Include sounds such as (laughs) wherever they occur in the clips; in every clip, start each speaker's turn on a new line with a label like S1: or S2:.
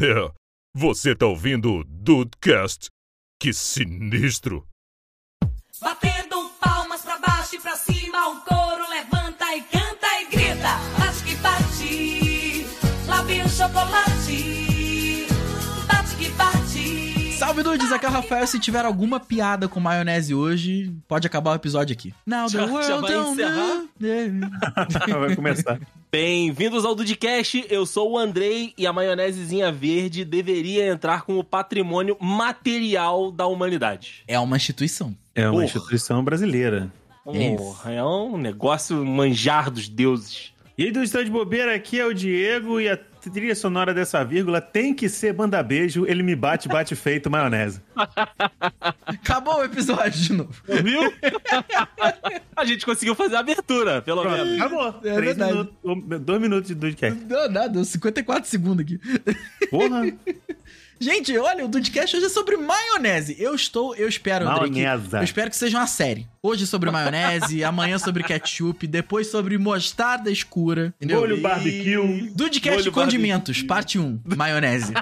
S1: É, você tá ouvindo o Dudecast? Que sinistro!
S2: Batendo palmas pra baixo e pra cima, o coro levanta e canta e grita. Bate que bate, lá vem o chocolate. Bate que bate.
S3: Salve dudes, aqui é o Rafael. Se tiver alguma piada com maionese hoje, pode acabar o episódio aqui. Now the
S4: Já- já
S3: world
S4: vai
S3: don't
S4: encerrar?
S3: know.
S5: Vai começar.
S4: Bem-vindos ao Dudcast, eu sou o Andrei e a maionesezinha verde deveria entrar como patrimônio material da humanidade.
S3: É uma instituição.
S5: (laughs) É uma
S4: Porra.
S5: instituição brasileira.
S3: Isso.
S4: Porra, é um negócio manjar dos deuses.
S5: E aí, do Estranho de Bobeira, aqui é o Diego e a trilha sonora dessa vírgula tem que ser Banda Beijo, ele me bate, bate feito, maionese.
S3: Acabou o episódio de novo.
S4: Viu? (laughs) a gente conseguiu fazer a abertura, pelo menos.
S5: Acabou.
S3: É
S5: Três
S3: verdade.
S5: minutos, um, dois minutos de Dudecast.
S3: Deu nada, deu 54 segundos aqui.
S5: Porra,
S3: Gente, olha, o Dudcast hoje é sobre maionese. Eu estou, eu espero, André, que-
S5: maionese.
S3: Eu espero que seja uma série. Hoje sobre maionese, (laughs) amanhã sobre ketchup, depois sobre mostarda escura. Entendeu?
S5: Molho barbecue.
S3: Dudcast
S4: molho
S3: Condimentos, parte 1, maionese.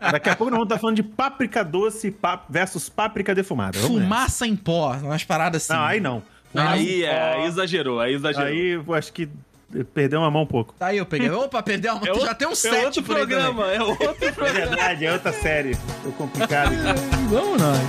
S5: Daqui a pouco nós vamos estar falando de páprica doce pá- versus páprica defumada. Vamos nessa.
S3: Fumaça em pó, umas paradas assim.
S5: Não, aí não.
S4: Aí, é, aí exagerou, aí exagerou.
S5: Aí eu acho que perdeu uma mão um pouco.
S3: Tá Aí eu peguei. Opa, perdeu uma.
S4: É
S3: tu
S4: outro-
S3: já tem um
S4: é
S3: set
S4: outro
S3: por aí também.
S4: programa, é outro
S5: (laughs) É
S4: programa.
S5: verdade, é outra série. Tô complicado.
S3: Vamos nós.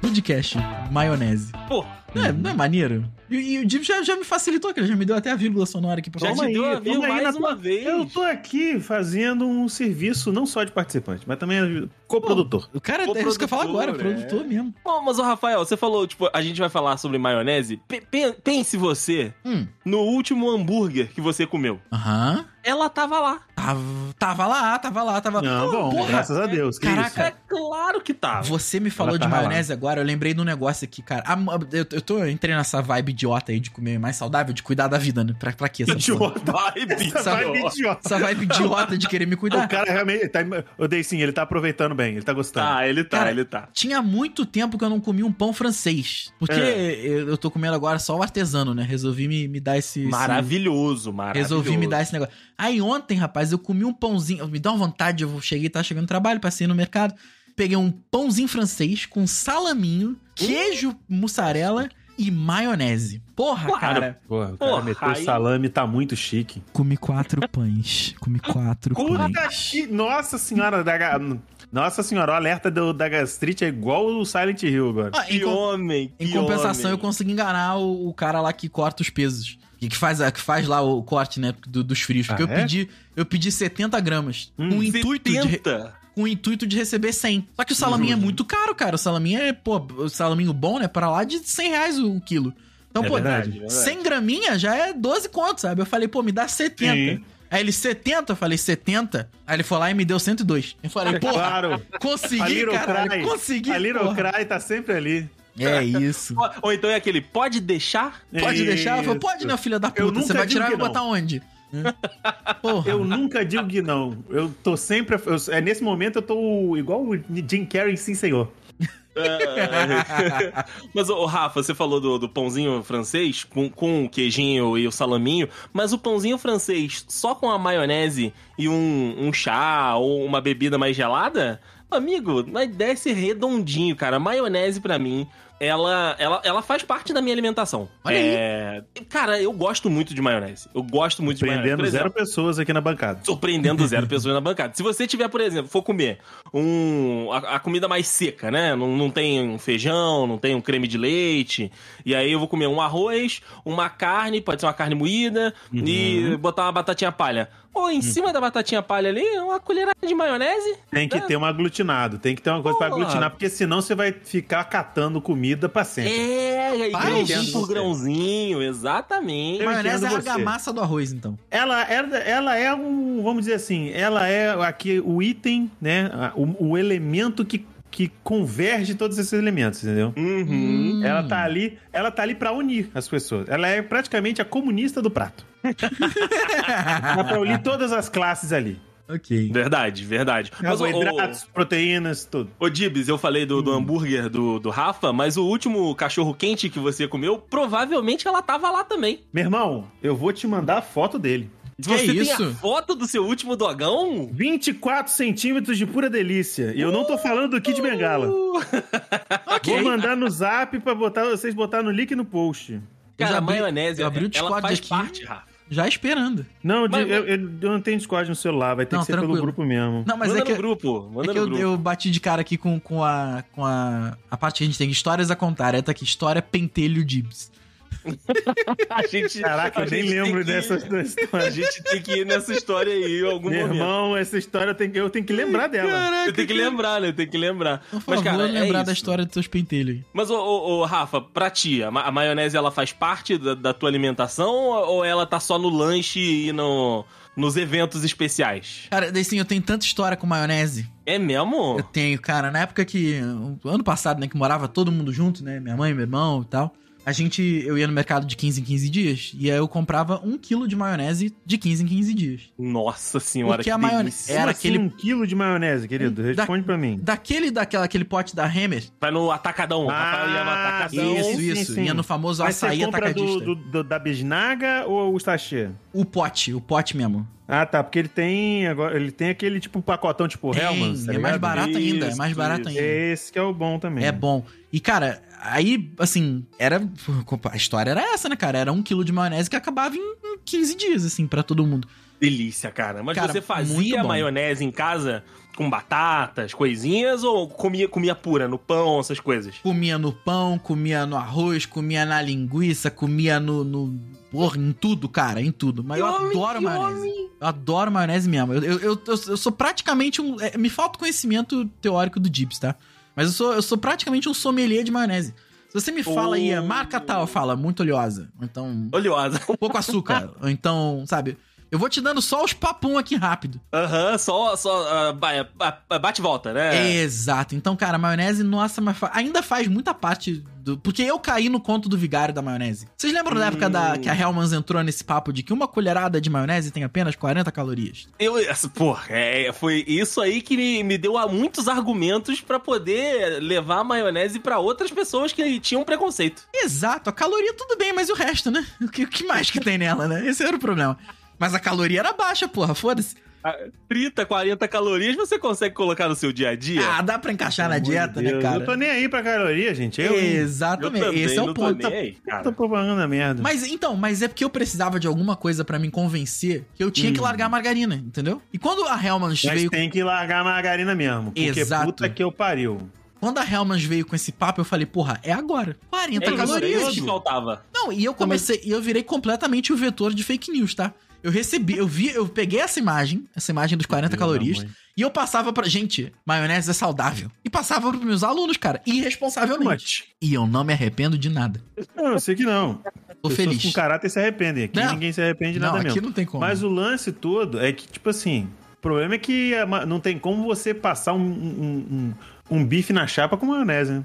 S3: Podcast, maionese.
S4: Pô,
S3: Não
S5: Uhum.
S3: é, não é maneiro? E, e o Jim já, já me facilitou, que ele já me deu até a vírgula sonora aqui pra
S4: já
S3: falar.
S5: Toma
S4: te deu
S5: aí,
S4: a ver
S5: toma aí
S4: mais
S5: na
S4: uma
S5: tua-
S4: vez.
S5: Eu tô aqui fazendo um serviço não só de participante, mas também é coprodutor.
S3: O cara, é isso que eu falo agora, é
S4: produtor,
S3: produtor mesmo.
S4: Bom, mas o Rafael, você falou, tipo, a gente vai falar sobre maionese. Pe- pe- pense você
S3: Hum.
S4: no último hambúrguer que você comeu.
S3: Aham.
S4: Ela tava lá.
S3: Tava, tava lá, tava lá, tava lá.
S5: Não, Ah, bom,
S3: porra.
S5: graças a Deus. Que
S3: Caraca.
S4: É claro que tava.
S3: Você me falou
S5: Ela tá
S3: de
S5: tava
S3: maionese agora, eu lembrei de um negócio aqui, cara. A mo- eu, eu tô, eu entrei nessa vibe idiota aí de comer mais saudável, de cuidar da vida, né? Pra, pra quê essa
S5: isso?
S3: porra?
S5: Idiota.
S4: Vai, bicho.
S3: tá?
S5: Essa vibe idiota.
S3: Essa vibe idiota de querer me
S5: (laughs) O
S3: cuidar.
S5: cara realmente. Tá, eu dei sim, ele tá aproveitando bem, ele tá gostando.
S3: Ah,
S4: Tá, ele tá,
S3: Cara,
S4: ele tá.
S3: Tinha muito tempo que eu não comia um pão francês. Porque
S5: É.
S3: eu, eu tô comendo agora só o artesano, né? Resolvi me, me dar esse. esse-
S4: Maravilhoso, maravilhoso.
S3: Resolvi me dar esse negócio. Aí ontem, rapaz, eu comi um pãozinho. Me dá uma vontade, eu cheguei, tava chegando no trabalho, passei no mercado. Peguei um pãozinho francês com
S5: Uh.
S3: salaminho, queijo, mussarela e maionese. Porra,
S4: Claro.
S3: cara.
S5: Porra, o
S4: Porra,
S5: cara meteu
S4: aí-
S5: salame, tá muito chique.
S3: Comi quatro pães. Comi quatro
S5: Puta que. Nossa senhora, da, ga- nossa senhora, o alerta do- da gastrite é igual o Silent Hill agora.
S3: Ah, em,
S4: Que
S3: com-
S4: homem,
S3: em
S4: que
S3: compensação, eu
S4: homem.
S3: consegui enganar o, o cara lá que corta os pesos. E que faz, que faz lá o corte, né, do- dos frios. Porque
S5: Ah,
S3: eu,
S5: é?
S3: pedi, eu pedi 70 gramas.
S5: Hum,
S3: com o intuito de,
S4: 70.
S3: com o intuito de receber 100. Só que o salaminho é muito caro, cara. O salaminho é, pô, o salaminho bom, né? Pra lá de 100 reais o quilo. Então,
S5: É
S3: pô,
S5: verdade,
S4: verdade.
S3: 100 graminha já é 12 conto, sabe? Eu falei, pô, me dá 70.
S5: Sim.
S3: Aí ele, 70? Eu falei, 70? Aí ele foi lá e me deu 102. Eu falei, pô,
S5: Claro, a
S3: consegui,
S5: Little Cry.
S3: caralho, consegui,
S5: a Little
S3: porra.
S5: Cry tá sempre ali.
S3: É isso.
S4: Ou- Ou então é aquele, pode deixar?
S3: Pode deixar? Eu falei,
S5: É Isso.
S3: pode não, filha da
S5: Eu
S3: puta.
S5: nunca
S3: Você vai
S5: digo
S3: tirar e
S5: que
S3: eu vou botar
S5: (laughs)
S3: onde? Hum. Porra.
S5: Eu nunca digo que não. Eu tô sempre. eu- é nesse momento eu tô igual o Jim Carrey, em sim, senhor.
S4: Ah, (laughs) mas, ô, Rafa, você falou do, do pãozinho francês com, com o queijinho e o salaminho, mas o pãozinho francês só com a maionese e um, um chá ou uma bebida mais gelada? Amigo, mas desce redondinho, cara. A maionese, pra mim, ela, ela, ela faz parte da minha alimentação.
S3: Olha aí.
S4: é... Cara, eu gosto muito de maionese. Eu gosto muito de maionese.
S5: Prendendo
S4: Por
S5: zero
S4: exemplo,
S5: pessoas aqui na bancada.
S4: surpreendendo zero pessoas na bancada. Se você tiver, por exemplo, for comer um, a, a comida mais seca, né? Não, não tem um feijão, não tem um creme de leite. E aí eu vou comer um arroz, uma carne, pode ser uma carne moída, e botar uma batatinha palha. Ou em cima da batatinha palha ali, uma colherada de maionese.
S5: Tem que
S4: É.
S5: ter um aglutinado, tem que ter uma coisa pra
S4: Porra.
S5: aglutinar, porque senão você vai ficar catando comida pra sempre.
S4: É, e aí
S3: Faz
S4: grãozinho
S3: isso.
S4: por grãozinho, exatamente.
S5: Eu
S3: Maionese é a
S5: entendo você.
S3: argamassa do arroz, então.
S5: Ela, ela, ela é um, vamos dizer assim, ela é aqui o item, né? a- O, o elemento que, que converge todos esses elementos, entendeu?
S4: Uhum.
S5: Ela tá ali, ela tá ali para unir as pessoas. Ela é
S4: (laughs)
S5: praticamente a comunista do prato. Dá pra unir todas as classes ali.
S3: Ok.
S4: Verdade, verdade.
S5: É um
S4: Mas, ô,
S5: Carboidratos, proteínas, tudo.
S4: ô, ô, Dibs, eu falei
S3: Hum.
S4: do, do hambúrguer do, do Rafa, mas o último cachorro quente que você comeu, provavelmente ela tava lá também.
S5: Meu irmão, eu vou te mandar a foto dele.
S4: Se
S3: Que
S4: você tem a
S3: isso?
S4: foto do seu último dogão?
S5: 24 centímetros de pura delícia. E eu não tô falando do Kid Bengala. (laughs)
S4: Uh,
S5: Vou mandar no zap pra botar, vocês botar no link no post.
S3: Eu
S4: Cara,
S3: já
S4: a
S3: abri-
S4: maionese, é,
S3: eu abri o
S4: ela
S3: Discord
S4: faz
S3: aqui.
S4: parte, Rafa.
S3: Já esperando.
S5: Não,
S4: Mas-
S5: de- eu, eu- eu não tenho Discord no celular, vai ter
S3: Não,
S5: que ser pelo
S3: tranquilo.
S5: grupo mesmo.
S3: Não, mas
S4: manda
S3: é que,
S4: no grupo,
S3: é
S4: manda
S3: que
S4: no
S3: eu,
S4: grupo.
S3: eu bati de cara aqui com, com, a, com a, a parte que a gente tem histórias a contar. É, tá aqui, história pentelho dibs. (laughs)
S4: A gente,
S5: Caraca,
S4: a
S5: eu nem
S4: gente tem
S5: lembro
S4: que-
S5: dessas
S4: (laughs)
S5: duas
S4: A
S5: histórias.
S4: gente tem que ir nessa história aí em algum
S5: Meu
S4: momento.
S5: irmão, essa história eu tenho, que- eu tenho que lembrar dela.
S4: Eu tenho que lembrar, né? Eu tenho que lembrar. é
S3: Por favor, lembrar da história dos seus pentelhos.
S4: Mas, ô, ô, ô, Rafa, pra ti, a, ma- a maionese ela faz parte da, da tua alimentação ou ou ela tá só no lanche e no, nos eventos especiais?
S3: Cara, daí sim, eu tenho tanta história com maionese.
S4: É
S3: (laughs)
S4: mesmo?
S3: Eu tenho, cara, na época que. o Ano passado, né, que morava todo mundo junto, né? Minha mãe, meu irmão e tal. A gente. Eu ia no mercado de 15 em 15 dias. E aí eu comprava um quilo de maionese de 15 em 15 dias.
S4: Nossa senhora,
S3: Porque
S4: que
S3: é a maionese-
S4: delícia.
S5: Como
S3: Era
S5: assim
S3: aquele-
S5: um quilo de maionese, querido?
S3: Da-
S5: Responde pra mim.
S3: Daquele daquela aquele pote da Hammer.
S4: Vai no atacadão.
S5: Ah,
S4: Rafael ia no atacadão.
S3: Isso,
S5: sim,
S3: isso.
S5: sim.
S3: Ia no famoso
S5: Mas você
S3: açaí
S5: compra do,
S3: atacadista.
S5: do- do- da bisnaga ou o sachê?
S3: O pote, o pote mesmo.
S5: Ah, tá, porque ele tem agora, ele tem aquele tipo pacotão tipo
S3: Tem,
S5: Hellmann's, tá
S3: é mais
S5: ligado?
S3: barato ainda, é mais
S4: Isso,
S3: barato
S4: isso.
S3: ainda.
S5: É esse que é o bom também.
S3: É bom. E, cara, aí, assim, era. A história era essa, né, cara? Era um quilo de maionese que acabava em em 15 dias, assim, pra todo mundo.
S4: Delícia, cara. Mas
S3: Cara,
S4: você
S3: muito
S4: fazia
S3: bom.
S4: maionese em casa com batatas, coisinhas, ou comia, comia pura, no pão, essas coisas?
S3: Comia no pão, comia no arroz, comia na linguiça, comia no. no... Porra, em tudo, cara, em tudo. Mas
S4: Que
S3: eu
S4: homem,
S3: adoro
S4: que
S3: maionese. Eu adoro maionese mesmo. Eu, eu, eu, eu- eu sou praticamente um. é, me falta conhecimento teórico do Dips, tá? Mas eu sou, eu sou praticamente um sommelier de maionese. Se você me fala aí, a
S4: Oh.
S3: marca tal, fala, muito oleosa. Ou Então,
S4: Oleosa. (laughs)
S3: pouco açúcar. Ou então, sabe? Eu vou te dando só os papum aqui rápido.
S4: Aham, só, só ah, ba- ba- ba- bate e volta,
S5: É.
S4: né?
S3: Exato. Então, cara, a maionese, nossa, mas fa- ainda faz muita parte do. Porque eu caí no conto do vigário da maionese. Vocês lembram da época
S5: Hum.
S3: da, que a Hellmann's entrou nesse papo de que uma colherada de maionese tem apenas 40 calorias?
S4: Eu, essa- porra, é, foi isso aí que me, me deu a muitos argumentos pra poder levar a maionese pra outras pessoas que tinham preconceito.
S3: Exato, a caloria tudo bem, mas e o resto, né? (laughs) O que, o que mais que tem nela, né? Esse era o problema. Mas a caloria era baixa, porra, foda-se.
S4: Ah, 30, 40 calorias você consegue colocar no seu dia a dia?
S3: Ah, dá pra encaixar na
S5: Pelo amor de
S3: dieta, né,
S5: Deus,
S3: cara?
S5: Eu tô nem aí pra caloria, gente. Eu hein?
S3: Exatamente, esse é o
S4: não tô
S3: ponto.
S4: nem aí, cara.
S5: tô propagando merda.
S3: Mas então, mas é porque eu precisava de alguma coisa pra me convencer que eu tinha que largar a margarina, entendeu? E quando a Hellmann's
S5: Hum. Mas
S3: veio,
S5: tem que largar a margarina mesmo. Porque
S3: Exato.
S5: puta que eu pariu.
S3: quando a Hellmann's veio com esse papo, eu falei, porra, é agora. 40
S4: É isso, é
S3: calorias.
S4: isso que faltava.
S3: Não, e eu comecei, e eu virei completamente o vetor de fake news, tá? Eu recebi, eu vi, eu peguei essa imagem, essa imagem dos 40
S5: Meu
S3: calorias,
S5: amor.
S3: e eu passava pra gente, maionese é saudável. E passava pros meus alunos, cara, irresponsavelmente.
S5: Mas,
S3: E eu não me arrependo de nada.
S5: não, eu sei que não.
S3: Tô
S5: Pessoas
S3: feliz.
S5: com caráter se arrependem. Aqui
S3: Não.
S5: ninguém se arrepende de
S3: Não,
S5: nada
S3: aqui
S5: mesmo.
S3: não tem como.
S5: Mas o lance todo é que, tipo assim, o problema é que a ma- não tem como você passar um, um, um- um bife na chapa com maionese, né?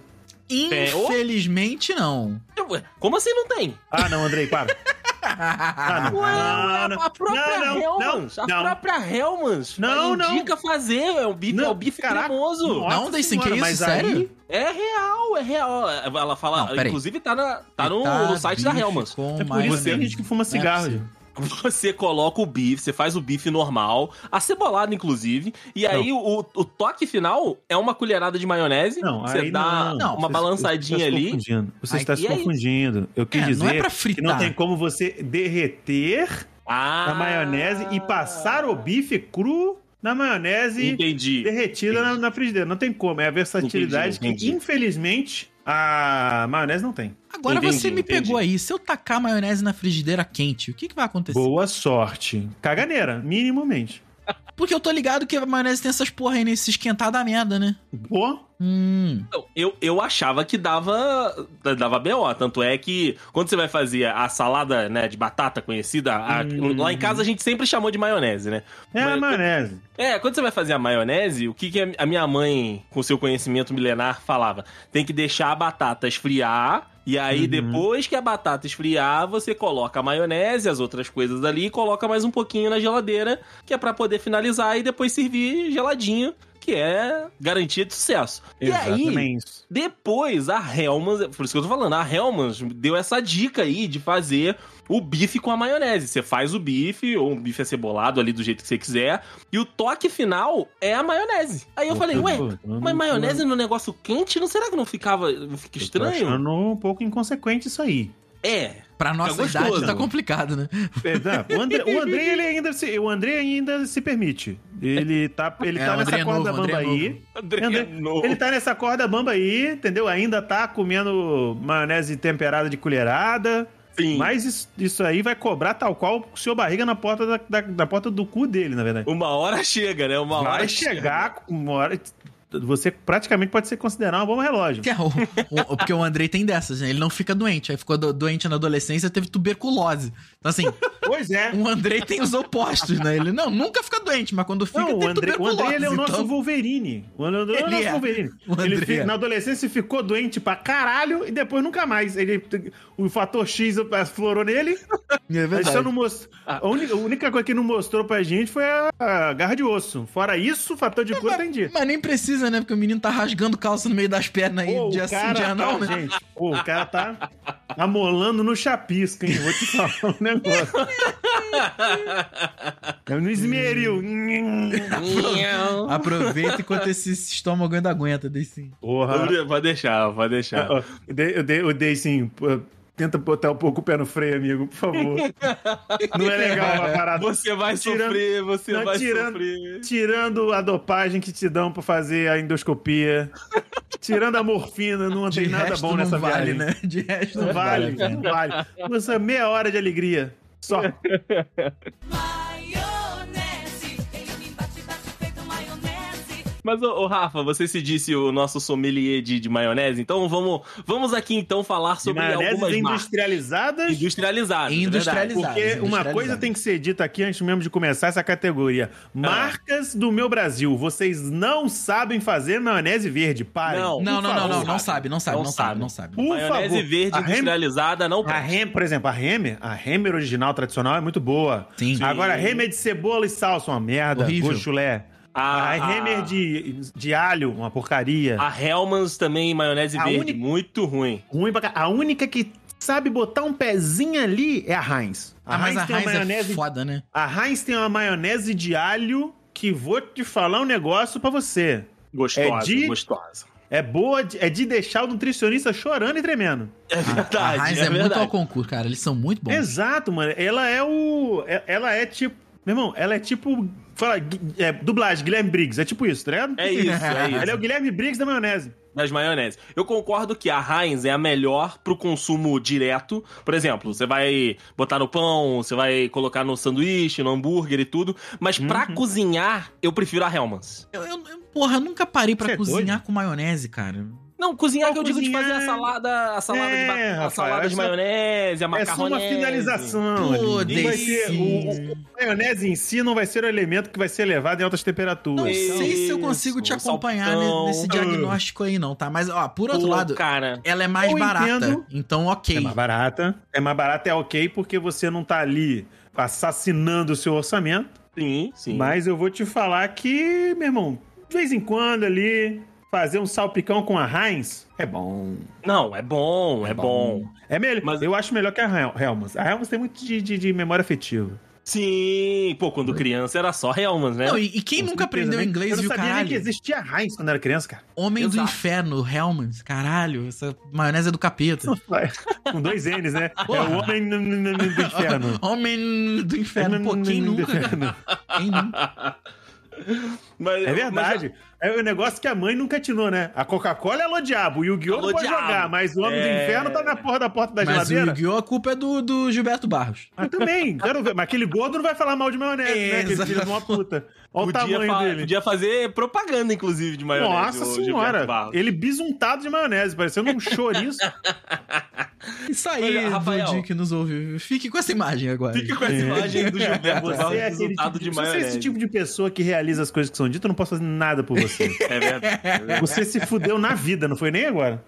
S3: Infelizmente, não.
S4: Ué, Como assim não tem?
S5: Ah, não, Andrei, para. Ah, não.
S4: Ué,
S5: Ah,
S4: a própria
S5: Não, não,
S4: Hellmans,
S5: não,
S4: a
S5: não.
S4: própria Hellmans
S5: Não, não.
S4: indica fazer, é o bife,
S5: Não,
S4: é o bife
S5: caraca.
S4: cremoso.
S3: (laughs)
S5: Nossa
S3: não, Deicin, que
S5: senhora,
S3: isso?
S5: mas
S3: Sério?
S5: aí-
S4: É real, é real. Ela fala,
S3: Não, peraí.
S4: inclusive tá, na, tá no, no site da
S3: bife
S4: Hellmans.
S3: com
S5: É por isso que
S3: maionese.
S5: tem gente que fuma
S3: Não é
S5: cigarro.
S3: possível.
S4: (laughs) Você coloca o bife, você faz o bife normal, acebolado inclusive, e aí o, o toque final é uma colherada de maionese.
S5: Não,
S4: você
S5: aí
S4: dá
S5: não.
S4: uma
S5: Você-
S4: balançadinha
S5: você está se
S4: ali.
S5: confundindo. Você está
S4: Aí
S5: se
S4: é isso.
S5: confundindo. Eu quis
S3: É,
S5: dizer
S3: não é pra
S5: que
S3: fritar.
S5: não tem como você derreter
S4: Ah,
S5: a maionese e passar o bife cru na maionese
S4: Entendi.
S5: derretida na,
S4: Entendi.
S5: na frigideira. Não tem como. É a versatilidade
S4: Entendi, entendi.
S5: que, infelizmente, a maionese não tem.
S3: Agora
S4: Entendi,
S3: você me
S4: entendi.
S3: pegou aí. Se eu tacar maionese na frigideira quente, o que, que vai acontecer?
S5: Boa sorte. Caganeira, minimamente.
S3: Porque eu tô ligado que a maionese tem essas porra aí nesse esquentar da merda, né?
S5: Boa.
S3: Hum.
S4: Então, Eu, eu achava que dava dava BO, tanto é que quando você vai fazer a salada né, de batata conhecida, a-
S5: Hum.
S4: lá em casa a gente sempre chamou de maionese, né?
S5: É a
S4: Mas-
S5: maionese.
S4: É, quando você vai fazer a maionese, o que, que a minha mãe, com seu conhecimento milenar, falava? Tem que deixar a batata esfriar E aí, depois que a batata esfriar, você coloca a maionese, as outras coisas ali, e coloca mais um pouquinho na geladeira, que é pra poder finalizar e depois servir geladinho, que é garantia de sucesso. E aí,
S5: Exatamente.
S4: depois a Hellmann's, por isso que eu tô falando, a Hellmann's deu essa dica aí de fazer o bife com a maionese. Você faz o bife, ou um bife acebolado ali do jeito que você quiser, e o toque final é a maionese. Aí eu falei, ué, mas
S5: né?"
S4: maionese no negócio quente, não será que não ficava, não fica
S5: Estranho.
S4: estranho?
S5: um pouco inconsequente isso aí.
S4: É,
S3: Pra nossa
S4: gostoso.
S3: idade tá complicado, né?
S5: É, tá. O André, o André, ele ainda se, o André ainda se permite. Ele tá, ele
S3: É,
S5: tá
S3: o
S5: nessa
S3: André é novo,
S5: corda
S3: o André
S5: bamba
S3: é
S5: aí.
S3: novo.
S4: André,
S5: André,
S4: novo.
S5: Ele tá nessa corda bamba aí, entendeu? Ainda tá comendo maionese temperada de colherada.
S4: Sim.
S5: Mas isso, isso aí vai cobrar tal qual o seu barriga na porta, da, da- da porta do cu dele, na verdade.
S4: Uma hora chega, né? Uma hora
S5: Vai chegar com uma hora. Você praticamente pode ser considerar uma bomba relógio.
S3: Que (laughs) é o- o- porque o Andrei tem dessas, né? Ele não fica doente. Aí ficou do- doente na adolescência, teve tuberculose. Então, (laughs) assim,
S5: Pois é.
S3: o Andrei tem os opostos, né? Ele não, nunca fica doente, mas quando fica,
S5: Não,
S3: tem
S5: o André, o
S3: tuberculose.
S5: André ele é o nosso
S3: então-
S5: Wolverine. O André é o
S3: Ele
S5: nosso
S3: é.
S5: Wolverine.
S3: O André
S5: Ele fi-
S3: é.
S5: na adolescência ficou doente pra caralho e depois nunca mais. Ele, o fator X florou nele.
S3: É
S5: Mas
S3: verdade. Ah.
S5: só não most... a, única, a única coisa que não mostrou pra gente foi a, a garra de osso. Fora isso, o fator de cura tá em dia.
S3: É, Mas nem precisa, né? Porque o menino tá rasgando calça no meio das pernas aí,
S5: Pô,
S3: dia sim, dia não,
S5: tá,
S3: né?
S5: gente, pô, o cara tá amolando no chapisco, hein? Vou te falar um negócio. É no esmeril.
S4: chega.
S3: Aproveita enquanto esse estômago ainda aguenta, daí sim.
S5: Porra.
S4: Vai deixar, vai deixar.
S5: Ah, ó, Eu dei, eu dei, eu dei sim. pô, Tenta botar um pouco o pé no freio, amigo, por favor. Não é legal uma parada.
S4: Você vai
S5: Tirando-
S4: sofrer, você
S5: não,
S4: vai
S5: tirando-
S4: sofrer.
S5: Tirando a dopagem que te dão pra fazer a endoscopia. Tirando a morfina, não
S3: De
S5: tem nada
S3: resto
S5: bom nessa
S3: não vale,
S5: viagem.
S3: né? De resto
S5: Não vale, não vale. Usa meia hora de alegria. Só.
S2: Maionese, ele me bate, bate feito maionese.
S4: Mas, ô, ô, Rafa, você se disse o nosso sommelier de, de maionese, então vamos, vamos aqui então falar sobre
S5: Maioneses
S4: algumas marcas
S5: industrializadas.
S4: industrializadas. é
S3: Industrializadas.
S4: verdade.
S5: Porque uma
S3: industrializadas.
S5: coisa tem que ser dita aqui antes mesmo de começar essa categoria.
S4: Ah.
S5: Marcas do meu Brasil. Vocês não sabem fazer maionese verde. Parem.
S4: Não.
S3: Não, não,
S5: Por
S3: não,
S5: favor.
S3: não, não sabe, não sabe,
S4: Não
S3: não sabe,
S4: sabe.
S3: não sabe.
S5: Por
S4: maionese
S5: favor.
S4: verde
S5: A Hem-
S4: industrializada não
S5: A
S4: presta.
S5: Hem, por exemplo, a Hammer, a Hammer original tradicional é muito boa.
S3: Sim. Sim.
S5: Agora, a Hammer de cebola e salsa, uma merda.
S3: Horrível.
S5: Horrível. Chulé.
S4: A,
S5: A,
S4: a,
S5: Hammer de, de alho, uma porcaria.
S4: a Hellmann's também, maionese
S5: A
S4: verde,
S5: única-
S4: muito ruim.
S5: Ruim pra ca- A única que sabe botar um pezinho ali é a Heinz. A
S3: Ah, mas
S5: Heinz
S3: a
S5: tem uma
S3: Heinz
S5: maionese.
S3: é foda, né?
S5: a Heinz tem uma maionese de alho que vou te falar um negócio pra você.
S4: Gostosa,
S5: É de-
S4: gostosa.
S5: É boa, de- é de deixar o nutricionista chorando e tremendo.
S4: É verdade,
S3: a Heinz
S4: é,
S3: é, muito
S4: verdade.
S3: ao concurso, cara. Eles são muito bons.
S5: Exato, mano. Ela é o. é- Ela é tipo. Meu irmão, ela é tipo. Fala, Gui- é, dublagem, Guilherme Briggs. É tipo isso, tá ligado?
S4: É isso, é isso.
S5: (laughs) Ela é o Guilherme Briggs da maionese.
S4: das maionese. Eu concordo que a Heinz é a melhor pro consumo direto. Por exemplo, você vai botar no pão, você vai colocar no sanduíche, no hambúrguer e tudo. Mas pra
S5: Uhum.
S4: cozinhar, eu prefiro a Hellmann's.
S3: Eu, eu- eu- porra, eu nunca parei pra
S5: Você é
S3: cozinhar com maionese, cara.
S4: Não, cozinhar
S5: Não,
S4: que eu digo de
S5: cozinhar-
S4: fazer a salada, a salada de
S5: É,
S4: batata, a
S5: Rafael,
S4: salada
S5: é
S4: de
S5: só-
S4: maionese, a
S5: É só
S4: macarronese.
S5: uma finalização.
S3: Pô,
S5: ali. Não vai ser-
S3: Deicinho.
S5: o, o- a maionese em si não vai ser o elemento que vai ser levado em altas temperaturas.
S3: Não
S4: Isso,
S3: sei se eu consigo te acompanhar ne-
S4: salpicão.
S3: nesse diagnóstico aí, não, tá? Mas, ó, por outro
S4: Pô,
S3: lado,
S4: cara.
S3: ela é mais
S5: Eu
S3: barata.
S5: entendo.
S3: Então, ok.
S5: É mais barata. É mais barata, é ok, porque você não tá ali assassinando o seu orçamento.
S4: Sim, sim.
S5: Mas eu vou te falar que, meu irmão, de vez em quando ali, fazer um salpicão com a Heinz é bom.
S4: Não, é bom, é, bom.
S5: É melhor.
S4: Mas-
S5: Eu acho melhor que a Hel- Helmans. A Helmans tem muito de, de- de memória afetiva.
S4: Sim, pô, quando criança era só Hellmann's, né?
S3: Não, e, e quem nunca aprendeu
S5: Certeza, nem-
S3: inglês
S5: né? Eu
S3: viu,
S5: não sabia nem
S3: caralho?
S5: que existia a Heinz quando eu era criança, cara.
S3: Homem do
S4: Exato.
S3: Inferno, Hellmans, caralho, essa maionese é do capeta. (laughs)
S5: Com dois N's, né? É
S3: Porra.
S5: o homem n- n-
S3: (laughs)
S5: n- do inferno.
S3: Homem do Inferno, pô, quem
S5: Do
S3: nunca, cara?
S5: inferno.
S3: Quem nunca?
S4: Mas-
S5: É verdade. É o negócio que a mãe nunca atinou, né? A Coca-Cola é alô diabo, o Yu-Gi-Oh!
S4: Alô,
S5: não pode
S4: diabo.
S5: jogar, mas o Homem
S4: É.
S5: do Inferno tá na porra da porta da
S3: Mas o
S5: geladeira.
S3: Yu-Gi-Oh! a culpa é do, do Gilberto Barros.
S5: Mas também, quero ver. Mas aquele gordo não vai falar mal de maionese, né? Aquele filho de uma puta. Olha o
S4: Podia,
S5: tamanho
S4: fa-
S5: dele.
S4: podia fazer propaganda, inclusive, de maionese.
S5: Nossa
S4: o Gilberto
S5: senhora!
S4: Barros. (laughs)
S5: Ele bisuntado de maionese, parecendo um chouriço.
S3: Isso aí,
S4: Olha, Rafael.
S3: Dudinho que nos ouve. Fique com essa imagem agora.
S4: Fica com essa
S5: (laughs)
S4: imagem do Gilberto Bozal
S5: É. Você é aquele
S4: resultado um de
S5: tipo, de, se você é esse
S4: maionese.
S5: tipo de pessoa que realiza as coisas que são ditas, eu não posso fazer nada por você.
S4: (laughs) É
S5: (laughs)
S4: verdade.
S5: Você se fudeu na vida, não foi nem agora.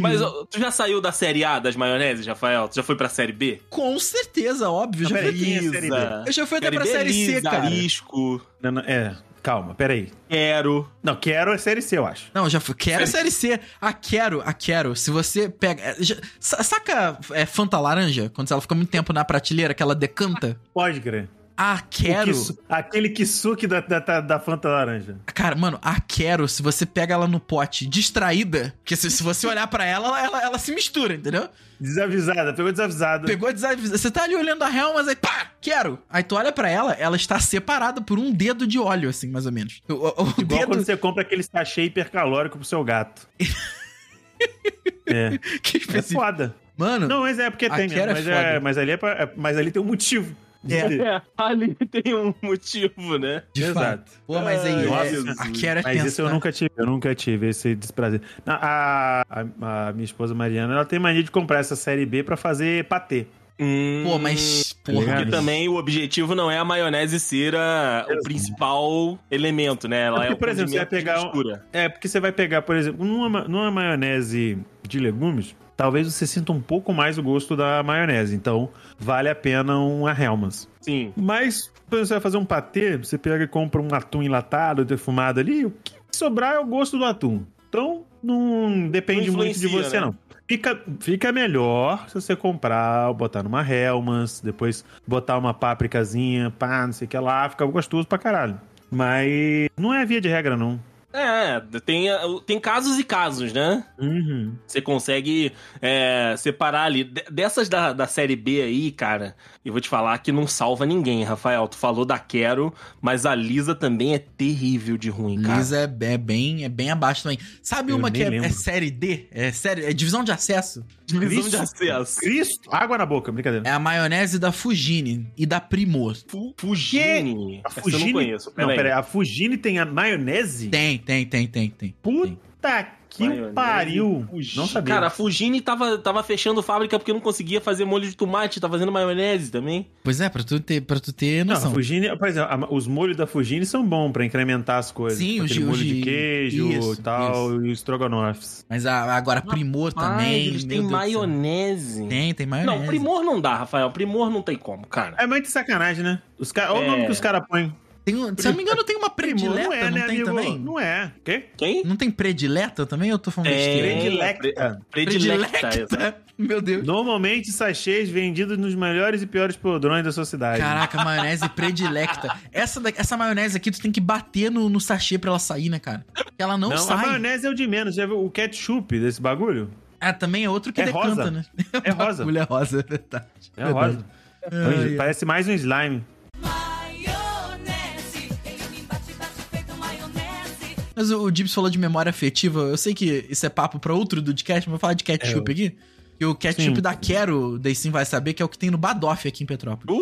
S4: Mas ó, tu já saiu da série A das maioneses, Rafael? Tu já foi pra série B?
S3: Com certeza, óbvio. Já
S5: Peraí,
S3: fui,
S5: quem é a série B?
S3: eu já fui até pra série C,
S4: é Lisa,
S3: cara.
S4: Arisco,
S5: Não, não, é, calma, peraí.
S4: Quero.
S5: Não, quero é série C, eu acho.
S3: Não, já fui. Quero a série C. A quero, a quero. Se você pega. é, já- sa- saca é, Fanta Laranja? Quando ela fica muito tempo na prateleira, que ela decanta?
S5: Pode crer.
S3: A quero.
S5: O kisu- aquele kisuki da, da, da, da Fanta Laranja.
S3: Cara, mano, a quero, se você pega ela no pote distraída, porque se, se você olhar pra ela ela, ela, ela se mistura, entendeu?
S5: Desavisada, pegou desavisada.
S3: Pegou a desavisada. Você tá ali olhando a real, mas aí, pá, quero. Aí tu olha pra ela, ela está separada por um dedo de óleo, assim, mais ou menos. O, o- o
S5: Igual
S3: dedo
S5: quando você compra aquele sachê hipercalórico pro seu gato. é,
S3: (laughs) que
S5: é
S3: específico.
S5: foda.
S3: Mano,
S5: Não, mas é porque tem
S3: Aqui
S5: mesmo.
S3: era
S5: Mas,
S3: foda.
S5: é, mas, ali é pra- é- mas ali tem um motivo. de
S3: É.
S5: ter.
S4: É, ali (laughs) tem um motivo, né?
S3: de
S5: exato.
S3: fato. Pô, mas aí,
S4: Ai,
S3: é,
S4: Jesus.
S3: a quero é
S5: Mas
S3: tensa,
S5: isso eu
S3: tá?
S5: nunca tive, eu nunca tive esse desprazer. Na- A, a- a minha esposa Mariana, ela tem mania de comprar essa série B pra fazer patê.
S4: Hum,
S3: Pô, mas,
S5: tá ligado?
S3: porra,
S4: Porque também o objetivo não é a maionese ser a- o principal elemento, né? Ela é,
S5: É porque,
S4: o
S5: por exemplo, você vai
S4: condimento de
S5: pegar um-
S4: mistura.
S5: É, porque você vai pegar, por exemplo, numa, ma- numa maionese de legumes, talvez você sinta um pouco mais o gosto da maionese. Então, vale a pena uma Helmans.
S4: Sim.
S5: Mas, quando você vai fazer um patê, você pega e compra um atum enlatado, defumado ali, o que sobrar é o gosto do atum. Então, não depende
S4: Não
S5: muito de
S4: influencia,
S5: você,
S4: né?
S5: não. Fica, fica melhor se você comprar, botar numa Helmans, depois botar uma pápricazinha, pá, não sei o que lá, fica gostoso pra caralho. Mas não é via de regra, não.
S4: É, tem, a- tem casos e casos, né?
S5: Uhum.
S4: Você consegue é, separar ali. De- Dessas da, da série B aí, cara, eu vou te falar que não salva ninguém, Rafael. Tu falou da Quero, mas a Lisa também é terrível de ruim, cara.
S3: Lisa é, é bem, é bem abaixo também. Sabe
S5: Eu
S3: uma que
S5: nem
S3: é,
S5: lembro.
S3: é série D? É série, é divisão de acesso?
S4: Divisão de
S5: Cristo.
S4: acesso.
S5: Cristo! Água na boca, brincadeira.
S3: É a maionese da Fugine e da Primor.
S4: Fu- Fugine.
S5: A
S4: Essa eu não
S5: Fugine.
S4: conheço.
S5: Não,
S4: Peraí.
S5: peraí. A Fugine tem a maionese?
S3: Tem, tem, tem, tem, tem.
S5: Puta que
S4: Maionese,
S5: pariu!
S4: Fugi-
S5: Não sabia.
S4: Cara, a Fugine tava, tava fechando fábrica porque não conseguia fazer molho de tomate, tava fazendo maionese também.
S3: Pois é, pra tu ter, pra tu ter
S5: não, a
S3: noção.
S5: Fugine, por exemplo, a- os molhos da Fugine são bons pra incrementar as coisas.
S3: Sim,
S5: Tipo
S3: os
S5: aquele
S3: de-
S5: molho
S3: os de-
S5: de queijo
S3: isso,
S5: e tal, e os estrogonofes.
S3: Mas a- agora, Primor também.
S4: Ai, eles
S3: meu
S4: têm
S3: Deus do céu.
S4: maionese.
S3: Tem, tem maionese.
S4: Não, primor não dá, Rafael. Primor não tem como, cara.
S5: É muito sacanagem, né? Os cara... Olha
S4: É.
S5: o nome que os caras põem.
S3: Tem um- se eu não me engano, tem uma
S5: Primor
S3: predileta, não, tem também? Não...
S5: é, né, Não é. Quê?
S4: Quem?
S3: tem predileta também? Eu tô falando besteira. Hum,
S5: Predilecta.
S4: é. Predilecta. exato.
S3: Meu Deus.
S5: Normalmente, sachês vendidos nos melhores e piores podrões da sua cidade.
S3: Caraca, maionese predilecta. Essa, da- essa maionese aqui, tu tem que bater no, no sachê pra ela sair, né, cara? Ela não,
S5: Não, a
S3: sai.
S5: maionese é o de menos. Já viu o ketchup desse bagulho?
S3: Ah, também é outro que
S5: É
S3: decanta,
S5: rosa.
S3: né? (laughs)
S5: É rosa.
S3: Mulher rosa, tá.
S5: É rosa.
S3: Ai, ai.
S5: Parece mais um slime.
S2: Maionese, ele me bate, bate feito maionese.
S3: Mas o o Gibbs falou de memória afetiva. Eu sei que isso é papo pra outro Dudcast, mas vou falar de
S4: É.
S3: ketchup aqui. E o ketchup
S5: Sim.
S3: da Quero, daí sim vai saber, que é o que tem no Badoff aqui em Petrópolis.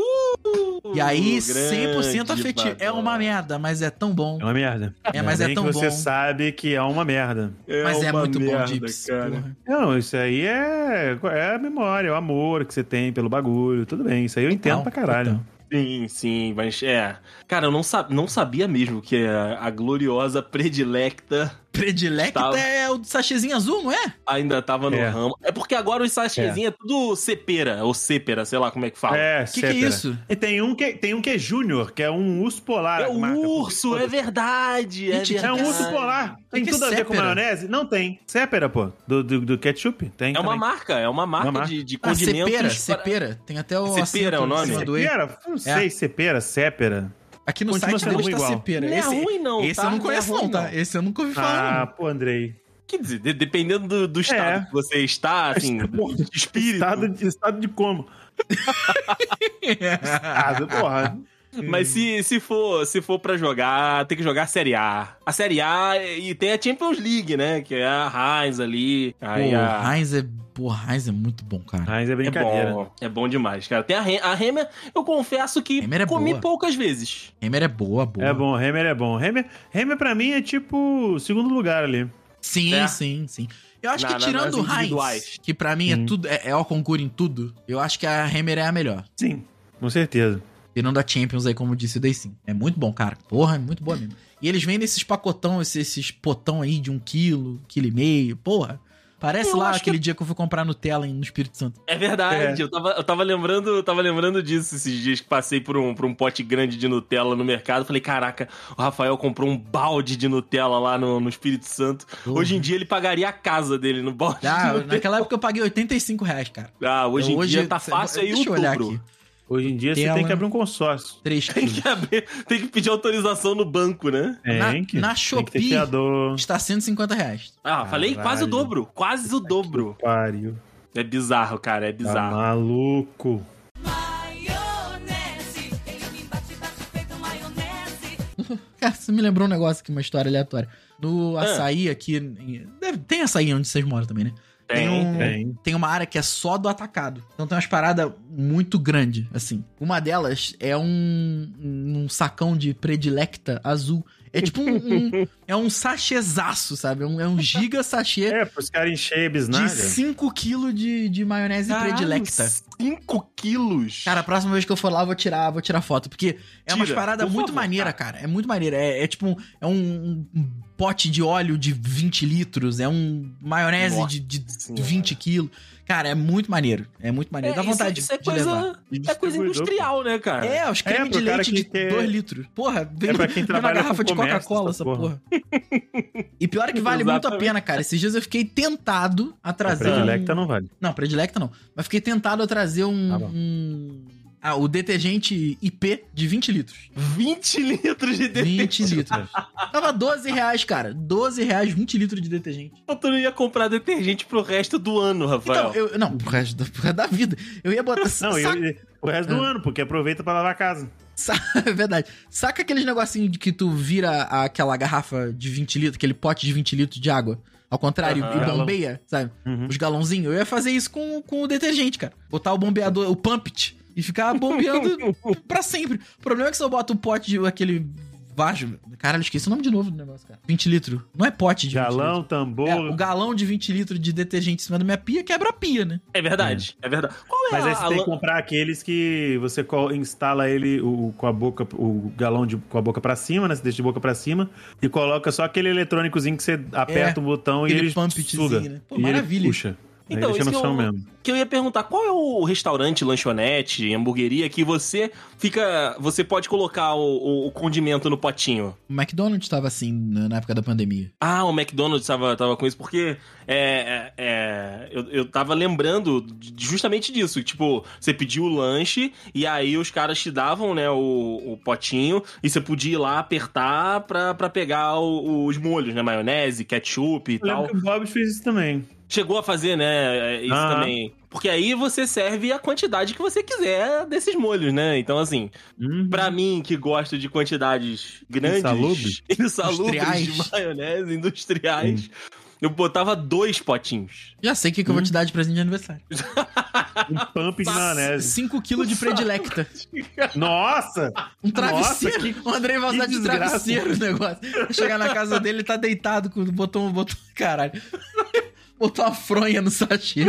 S3: e aí, 100%
S4: Uh, grande
S3: afetivo. É
S4: Badoff.
S3: uma merda, mas é tão bom.
S5: É uma merda.
S3: É, mas é
S5: bem
S3: tão
S5: que você
S3: bom.
S5: sabe que é uma merda.
S3: mas é
S4: uma
S3: muito
S4: merda,
S3: bom, Gibbs.
S4: cara.
S3: porra.
S5: Não, isso aí é, é a memória, é o amor que você tem pelo bagulho. Tudo bem, isso aí eu entendo
S3: Então,
S5: pra caralho.
S3: então.
S4: Sim, sim, mas é. Cara, eu não, sa não sabia mesmo que a, a gloriosa predilecta
S3: Predilecta
S4: Tá.
S3: é o do sachêzinho azul, não é?
S4: ainda tava no
S5: É.
S4: ramo. É porque agora os sachêzinhos é. tudo cepera, ou cepera, sei lá como é que fala.
S5: É,
S3: O que, que é
S5: cetera.
S3: isso?
S5: E tem um que, tem um que é Júnior, que é um urso polar.
S4: É
S5: a
S4: o
S5: marca.
S4: urso, é verdade, é
S3: Gente,
S5: É
S4: verdade.
S5: um urso polar.
S3: Mas
S5: Tem
S3: que
S5: tudo a ver com
S3: cépera?
S5: maionese? Não tem. Sépera, pô. Do, do, do ketchup? Tem
S4: É uma
S5: também.
S4: marca, é uma marca,
S5: Uma marca.
S4: De, de
S3: Ah,
S4: condimentos.
S3: cepera,
S4: para-
S3: cepera. Tem até o
S4: Cepera
S3: acento
S4: é o
S3: em
S4: nome?
S3: cima do E.
S5: Cepera? Não sei, cepera, sépera.
S3: Aqui no
S5: Continua
S3: site
S5: sendo
S3: deles
S5: ruim
S3: tá
S5: igual.
S3: cepera.
S4: Não é
S3: Esse,
S4: ruim, não.
S3: esse
S4: tá?
S3: eu não
S4: é
S3: conheço não,
S4: ruim,
S3: tá? Esse eu nunca ouvi falar,
S5: Ah, pô, Andrei.
S4: Quer dizer, de- dependendo do, do estado
S5: É.
S4: que você está, assim, do
S5: (laughs)
S4: de espírito.
S5: Estado de, estado de como?
S3: não.
S5: Ah, porra.
S4: Mas se, se for se for para jogar, tem que jogar a Série A. A Série A e tem a Champions League, né? Que é a Heinz ali. Aí
S3: Pô,
S4: a...
S3: o Heinz é, pô, o Heinz é muito bom, cara.
S5: Mas é
S4: É
S5: brincadeira.
S4: bom, é bom demais, cara. Tem a, Re- a Remer, eu confesso que
S3: Remer é
S4: comi
S3: boa.
S4: poucas vezes.
S3: Hammer é boa, boa.
S5: É bom, Hammer é bom. Hammer, Hammer pra mim é tipo segundo lugar ali.
S3: Sim,
S4: É.
S3: sim, sim. Eu acho
S4: Na-
S3: que
S4: na-
S3: tirando o
S4: nas
S3: Heinz,
S4: individuais.
S3: que pra mim é
S5: Hum.
S3: tudo, é, é o concurso em tudo, eu acho que a Hammer é a melhor.
S5: Sim, com certeza.
S3: Tirando a Champions aí, como disse o Day sim. É muito bom, cara. Porra, é muito boa mesmo. E eles vendem esses pacotão, esses, esses potão aí de um quilo, quilo e meio, porra. Parece
S4: Eu
S3: lá
S4: acho que-
S3: aquele dia que eu fui comprar Nutella em- no Espírito
S4: (laughs)
S3: Santo.
S4: É verdade, eu, tava, eu tava lembrando, eu tava lembrando disso esses dias que passei por um, por um pote grande de Nutella no mercado. Falei, caraca, o Rafael comprou um balde de Nutella lá no, no Espírito Santo.
S3: Porra.
S4: Hoje em dia ele pagaria a casa dele no balde
S3: Uhum. Ah,
S4: de Nutella.
S3: naquela época eu paguei 85 reais, cara.
S4: Ah, hoje em
S3: Eu-
S4: dia tá fácil aí
S3: Deixa eu olhar
S4: outubro.
S3: aqui.
S4: (laughs)
S5: Hoje em dia
S3: Tela.
S5: você tem que abrir um consórcio.
S3: 3
S4: Tem que, abrir- Tá tem que pedir autorização no banco, né?
S5: Tem
S3: Na-
S5: que.
S3: na
S5: tem que ter
S3: Shopee.
S5: fiador.
S3: Está 150 reais.
S4: Ah, falei
S5: Caralho.
S4: quase o dobro, quase o dobro.
S5: Pariu.
S4: É bizarro, cara, é
S5: Tá
S4: bizarro.
S5: maluco.
S2: Maionese, ele me bate, bate feito maionese.
S3: Cara, você me lembrou um negócio aqui, uma hisria aleatória. No
S4: Ah.
S3: açaí aqui. em- deve- tem açaí onde vocês moram também, né?
S4: Tem,
S3: um-
S5: Tem.
S3: tem uma área que é só do atacado. Então tem umas paradas muito grandes, assim. Uma delas é um, um sacão de predilecta azul. É tipo um. um- é um sachêzaço, sabe? É um, é um giga sachê
S5: É, pros caras encherem
S3: de
S5: bisnaga.
S3: 5kg de, de maionese predilecta.
S4: 5 quilos.
S3: um Cara, a próxima vez que eu for lá, eu vou tirar, vou tirar foto. Porque é umas
S4: Tira,
S3: paradas
S4: por
S3: muito
S4: favor,
S3: maneira, cara. É muito maneira. É, é tipo um, é um, um pote de óleo de 20 litros. É um maionese
S4: Nossa
S3: de, de
S4: Senhora.
S3: 20 quilos. Cara, é muito maneiro. É muito maneiro. Dá
S4: isso-
S3: vontade
S4: isso é
S3: de
S4: coisa,
S3: levar.
S4: É coisa
S5: Distribuidor,
S4: industrial, né, cara?
S3: É, os creme
S5: É,
S3: de
S5: pro cara
S3: leite
S5: que
S3: de
S5: quer-
S3: 2 litros. Porra, vem, (laughs)
S5: pra quem
S3: vem na
S5: trabalha
S3: garrafa
S5: com
S3: de
S5: comércio,
S3: Coca-Cola essa
S5: essa
S3: porra. e pior é que vale muito a
S4: Exatamente.
S3: pena, cara. Esses dias eu fiquei tentado a
S5: A
S3: trazer. um-
S5: predilecta não vale.
S3: não, predilecta não. Mas fiquei tentado a trazer um.
S5: Tá bom.
S3: um- Ah, o detergente IP de 20 litros.
S4: 20 litros de
S3: 20
S4: detergente.
S3: litros. Tava 12 reais, cara. 12 reais, 20 litros de detergente.
S4: Tu não ia comprar detergente pro resto do ano, Rafael.
S3: Então, eu. Não, pro resto, da- pro resto da vida. Eu ia botar.
S5: Não,
S3: saca,
S5: e o resto do ano, porque aproveita pra lavar a casa.
S3: É (laughs) verdade. Saca aqueles negocinho de que tu vira aquela garrafa de 20 litros, aquele pote de 20 litros de água. Ao contrário,
S4: Aham.
S3: e bombeia, sabe?
S5: Uhum.
S3: Os galãozinhos. Eu ia fazer isso com, com o detergente, cara. Botar o bombeador, o pumpit, e ficar
S5: (laughs)
S3: bombeando pra sempre. O problema é que se eu boto o pote de aquele vaso. Caralho, esqueci o nome de novo do negócio, cara. 20 litros. Não é pote de 20 litros.
S5: Galão, tambor.
S3: É, o galão de 20 litros de detergente em cima da minha pia quebra a pia, né?
S4: É verdade, é verdade. Qual é
S5: Mas
S4: a,
S5: aí você
S4: a
S5: tem que
S4: lan-
S5: comprar aqueles que você co- instala ele o, com a boca, o galão de, com a boca pra cima, né? Você deixa de boca pra cima e coloca só aquele eletrônicozinho que você aperta o botão e
S3: aquele
S5: ele
S3: pumpzinho,
S5: suga.
S3: né? Pô,
S5: E ele
S3: maravilha.
S5: puxa. Aí
S4: Então,
S5: deixa
S4: isso
S5: no
S4: que eu-
S5: chão mesmo.
S4: que eu ia perguntar, qual é o restaurante, lanchonete, hamburgueria que você fica, você pode colocar o, o- o condimento no potinho?
S3: O McDonald's tava assim na na época da pandemia.
S4: Ah, o McDonald's tava, tava com isso porque é, é, é, eu, eu tava lembrando de- justamente disso. Tipo, você pediu o lanche e aí os caras te davam, né, o, o potinho e você podia ir lá apertar pra, pra pegar o- os molhos, né, maionese, ketchup e
S5: Eu
S4: tal.
S5: lembro que o Bob fez isso também.
S4: Chegou a fazer, né? é, Isso
S5: Aham.
S4: também. Porque aí você serve a quantidade que você quiser desses molhos, né? Então, assim,
S5: Uhum.
S4: pra mim que gosto de quantidades grandes.
S5: Insalubres?
S4: (laughs) insalubres
S3: Industriais.
S4: de maionese industriais. Eu botava dois potinhos.
S3: Já sei o que, que eu vou
S5: Hum.
S3: te dar de presente de aniversário.
S5: Um pump de maionese.
S3: 5 kg de predilecta.
S5: Nossa!
S3: Um
S5: Nossa,
S3: travesseiro. o Andrei vai
S5: que
S3: usar de
S5: desgraça.
S3: travesseiro o negócio. Vai Chegar na casa dele, ele tá deitado com botou um botão. Caralho. Botou uma fronha no sachê.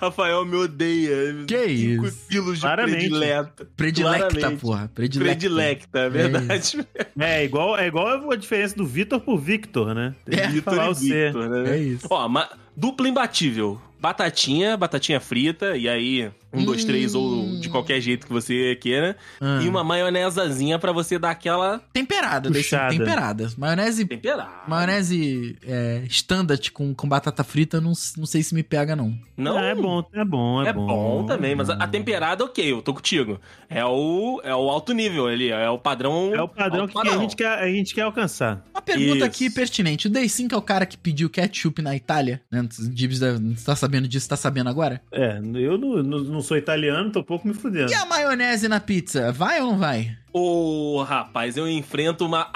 S4: Rafael me odeia.
S3: Que
S4: Cinco
S3: isso?
S4: quilos de
S5: Claramente.
S4: predileta.
S3: Predilecta,
S4: Claramente.
S3: porra. Predilecta.
S4: Predilecta, é (laughs) verdade.
S5: É igual, é igual a diferença do Vitor pro Victor, né? Tem
S3: É.
S5: que falar o C.
S4: né?
S3: É isso.
S4: Ó, ma- dupla imbatível. Batatinha, batatinha frita, e aí, um, dois, três, ou de qualquer jeito que você queira.
S3: Ah.
S4: E uma maionesazinha pra você dar aquela
S3: Temperada, deixa
S5: Puxada.
S3: temperada. Maionese.
S4: temperada.
S3: Maionese é, standard com, com batata frita, não, não sei se me pega, não.
S4: Não,
S5: é bom, é bom, é,
S4: É bom, também, mas a, a temperada, ok, eu tô contigo. É o, é o alto nível ali, é o padrão.
S5: É o padrão
S4: alto
S5: que a gente, quer, a gente quer alcançar.
S3: Uma pergunta
S4: Isso.
S3: aqui pertinente. O Day 5 é o cara que pediu ketchup na Itália? Né? O Dibs da- não tá sabendo disso, tá sabendo agora?
S5: É, eu não, não- não sou italiano, tô pouco me fudendo.
S3: E a maionese na pizza? Vai ou não vai?
S4: Ô, rapaz, eu enfrento uma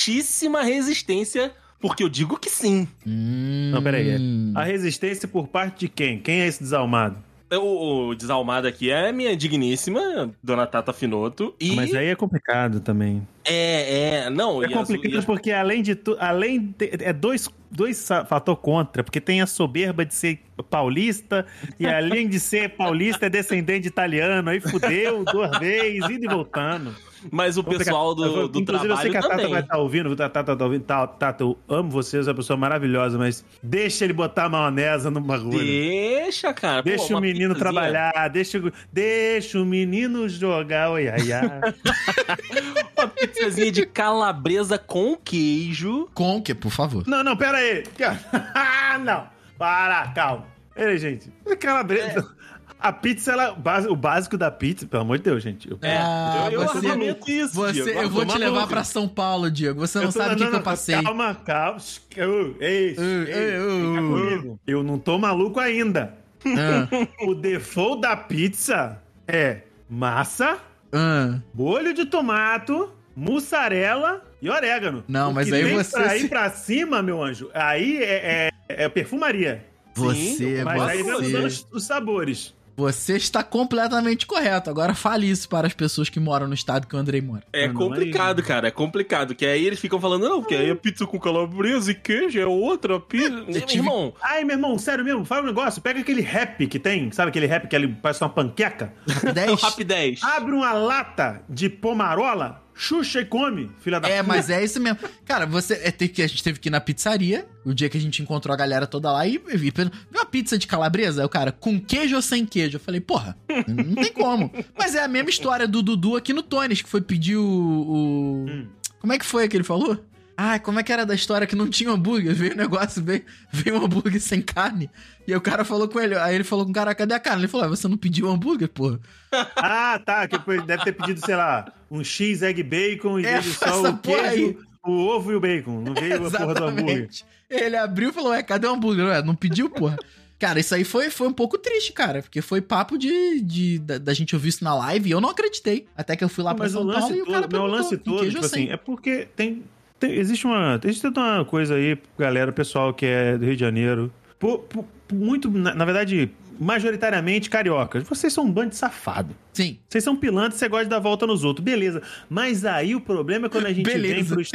S4: altíssima resistência, porque eu digo que sim.
S3: Hum...
S5: Não, peraí, é- A resistência por parte de quem? Quem é esse desalmado?
S4: O, o desalmado aqui é minha digníssima, Dona Tata Finoto. E
S5: Mas aí é complicado também.
S4: é, é. Não,
S5: É
S4: e as-
S5: complicado
S4: e as-
S5: porque além de tudo, além de- é dois dois sa- fator contra, porque tem a soberba de ser paulista e além de ser paulista é descendente de italiano, aí fudeu duas vezes indo e voltando.
S4: Mas o pessoal
S5: Complicado.
S4: do, do
S5: Inclusive, eu
S4: trabalho
S5: sei que a Tata
S4: também.
S5: vai estar ouvindo, a Tata tá ouvindo, Tata, Tata, eu amo você, você é uma pessoa maravilhosa, mas deixa ele botar a maionese no bagulho.
S4: Deixa, cara. pô,
S5: Deixa
S4: uma
S5: o menino
S4: pizzazinha.
S5: trabalhar, deixa, o- deixa o menino jogar, oi, ai, ai.
S4: Uma pizzazinha de calabresa com queijo.
S6: Com que, por favor.
S5: (laughs) Não, não, pera aí. Ah, (laughs) não. Para, calma. Peraí, gente. Calabresa. A pizza, ela, base- o básico da pizza, pelo amor de Deus, gente. Eu-
S4: É,
S3: Ah,
S4: eu, eu
S3: você-
S4: argumento isso.
S3: Você,
S4: Diego,
S3: eu vou te
S4: tomar
S3: levar
S4: no cu.
S3: pra São Paulo, Diego. Você não
S5: tô-
S3: sabe o que, que eu
S5: não,
S3: passei.
S5: Calma, calma. Eu, ei,
S3: Uh,
S5: ei,
S3: uh,
S5: fica
S3: uh.
S5: comigo. eu não tô maluco ainda.
S3: Ah,
S5: O default da pizza é massa,
S3: ah.
S5: molho de tomato, mussarela e orégano.
S3: Não,
S5: O
S3: mas
S5: que
S3: aí
S5: vem
S3: você
S5: Pra
S3: se-
S5: ir pra cima, meu anjo, aí é, é- é perfumaria.
S3: Você,
S5: Mas aí vai mudando
S3: É você,
S5: os, os sabores.
S3: você está completamente correto. Agora fale isso para as pessoas que moram no estado que o Andrei
S5: (laughs)
S3: mora.
S4: É
S5: Não, não é
S4: complicado, cara. É complicado. Que aí eles ficam falando, não, porque aí a pizza com calabresa e queijo é outra (laughs) pizza.
S3: tive-
S4: Irmão,
S5: Ai, meu irmão, sério mesmo, fala um negócio. Pega aquele rap que tem, sabe aquele rap que ele parece uma panqueca?
S4: é o
S3: 10.
S4: Rap 10.
S5: Abre uma lata de pomarola, xuxa e come, filha da
S3: É,
S5: puta.
S3: mas é isso mesmo. Cara, você é ter que a gente teve que ir na pizzaria, o dia que a gente encontrou a galera toda lá e, e e- viu uma pizza de calabresa, Aí o cara com queijo ou sem queijo. Eu falei, porra, não tem como. Mas é a mesma história do Dudu aqui no Tones, que foi pedir o, o-
S5: Hum.
S3: Como é que foi que ele falou? Ah, como é que era da história que não tinha hambúrguer? Veio o negócio, veio, veio um hambúrguer sem carne. E aí o cara falou com ele, aí ele falou com o cara, cadê a carne? Ele falou, ah, você não pediu hambúrguer, porra.
S5: Ah, tá. Que foi- deve ter pedido, sei lá, um X, egg bacon e
S3: É,
S5: veio só
S3: essa
S5: o
S3: porra aí.
S5: queijo, o ovo e o bacon. Não veio a porra do hambúrguer.
S3: Exatamente. Ele abriu e falou: Ué, cadê o hambúrguer? Ué, não pediu, porra. (laughs) cara, isso aí foi, foi um pouco triste, cara. Porque foi papo de, de- da, da gente ouvir isso na live e eu não acreditei. Até que eu fui lá pra
S5: Mas o
S3: São Paulo
S5: lance
S3: e o cara
S5: todo, meu
S3: perguntou.
S5: lance
S3: "Com
S5: todo,
S3: queijo
S5: tipo
S3: ou sem?"
S5: assim, é porque tem, tem- existe uma, existe toda uma coisa aí, galera, pessoal que é do Rio de Janeiro, por, por- por muito, na, na verdade, majoritariamente cariocas. Vocês são um bando de safado.
S3: Sim.
S5: Vocês são pilantras, você gosta de dar volta nos outros, beleza. Mas aí o problema é quando a gente vem
S3: Beleza.
S5: pro est-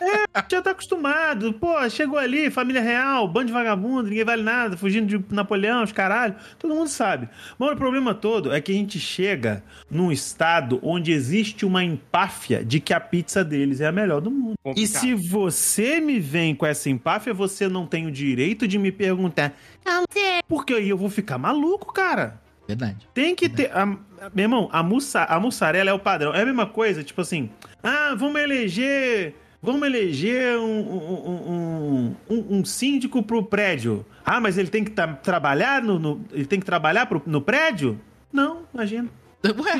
S5: É, já tá acostumado. Pô, chegou ali, família real, bando de vagabundo, ninguém vale nada, fugindo de Napoleão, os caralho. Todo mundo sabe. Mas o problema todo é que a gente chega num estado onde existe uma empáfia de que a pizza deles é a melhor do mundo. E
S4: Complicado.
S5: se você me vem com essa empáfia, você não tem o direito de me perguntar. Não sei. Porque aí eu vou ficar maluco, cara.
S3: Verdade. (laughs)
S5: Tem que ter. a- meu irmão, a, mussa, a mussarela é o padrão. É a mesma coisa, tipo assim. Ah, vamos eleger. Vamos eleger um, um, um, um, um síndico pro prédio. Ah, mas ele tem que tra- trabalhar no, no- Ele tem que trabalhar pro- no prédio? Não, imagina.
S3: Ué,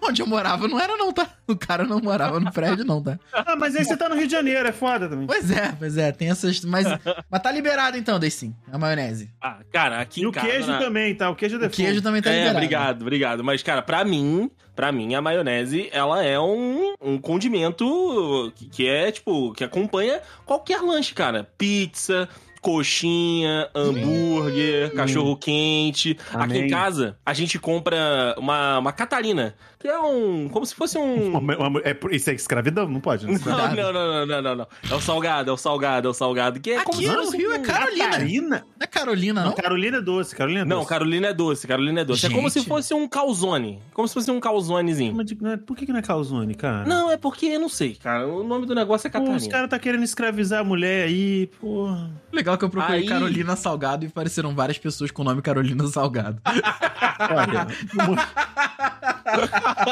S3: onde eu morava não era, não, tá? O cara não morava no prédio, não,
S5: (laughs)
S3: tá?
S5: Ah, mas aí você tá no Rio de Janeiro, é foda também.
S3: Pois é, pois é, tem essas. Mas, mas tá liberado então, dei sim, a maionese.
S4: Ah, cara, aqui
S5: E
S4: em
S5: o
S4: casa,
S5: queijo
S4: na-
S5: também, tá? O queijo é
S3: O
S5: default.
S3: queijo também tá
S4: É,
S3: liberado.
S4: obrigado, obrigado. Mas, cara, pra mim, pra mim, a maionese, ela é um, um condimento que, que é, tipo, que acompanha qualquer lanche, cara. Pizza, coxinha, hambúrguer, cachorro quente. Aqui em
S5: Hum. Amém.
S4: casa, a gente compra uma, uma Catarina, que é um. como se fosse um.
S5: Uma- uma- é, isso é escravidão, não pode. Né?
S4: Não, não, não, não, não, não, não. É o salgado, é o salgado, é o salgado. Que é como
S3: Aqui
S4: se
S3: no
S4: fosse
S3: Rio
S4: um-
S3: é Carolina.
S5: Catarina?
S3: Não é Carolina, não?
S5: Não, Carolina é doce, Carolina é
S4: Não,
S5: doce.
S4: Carolina é doce, Carolina é doce. É como se
S3: Gente.
S4: fosse um calzone. Como se fosse um calzonezinho.
S5: Mas de- não é- Por que que não é calzone, cara?
S4: Não, é porque eu não sei, cara. O nome do negócio é
S5: Pô,
S4: Catarina. (laughs)
S5: os caras tá querendo escravizar a mulher aí, porra.
S3: Legal que eu procurei
S4: Aí-
S3: Carolina Salgado e apareceram várias pessoas com o nome Carolina Salgado.
S5: Olha,
S3: (laughs)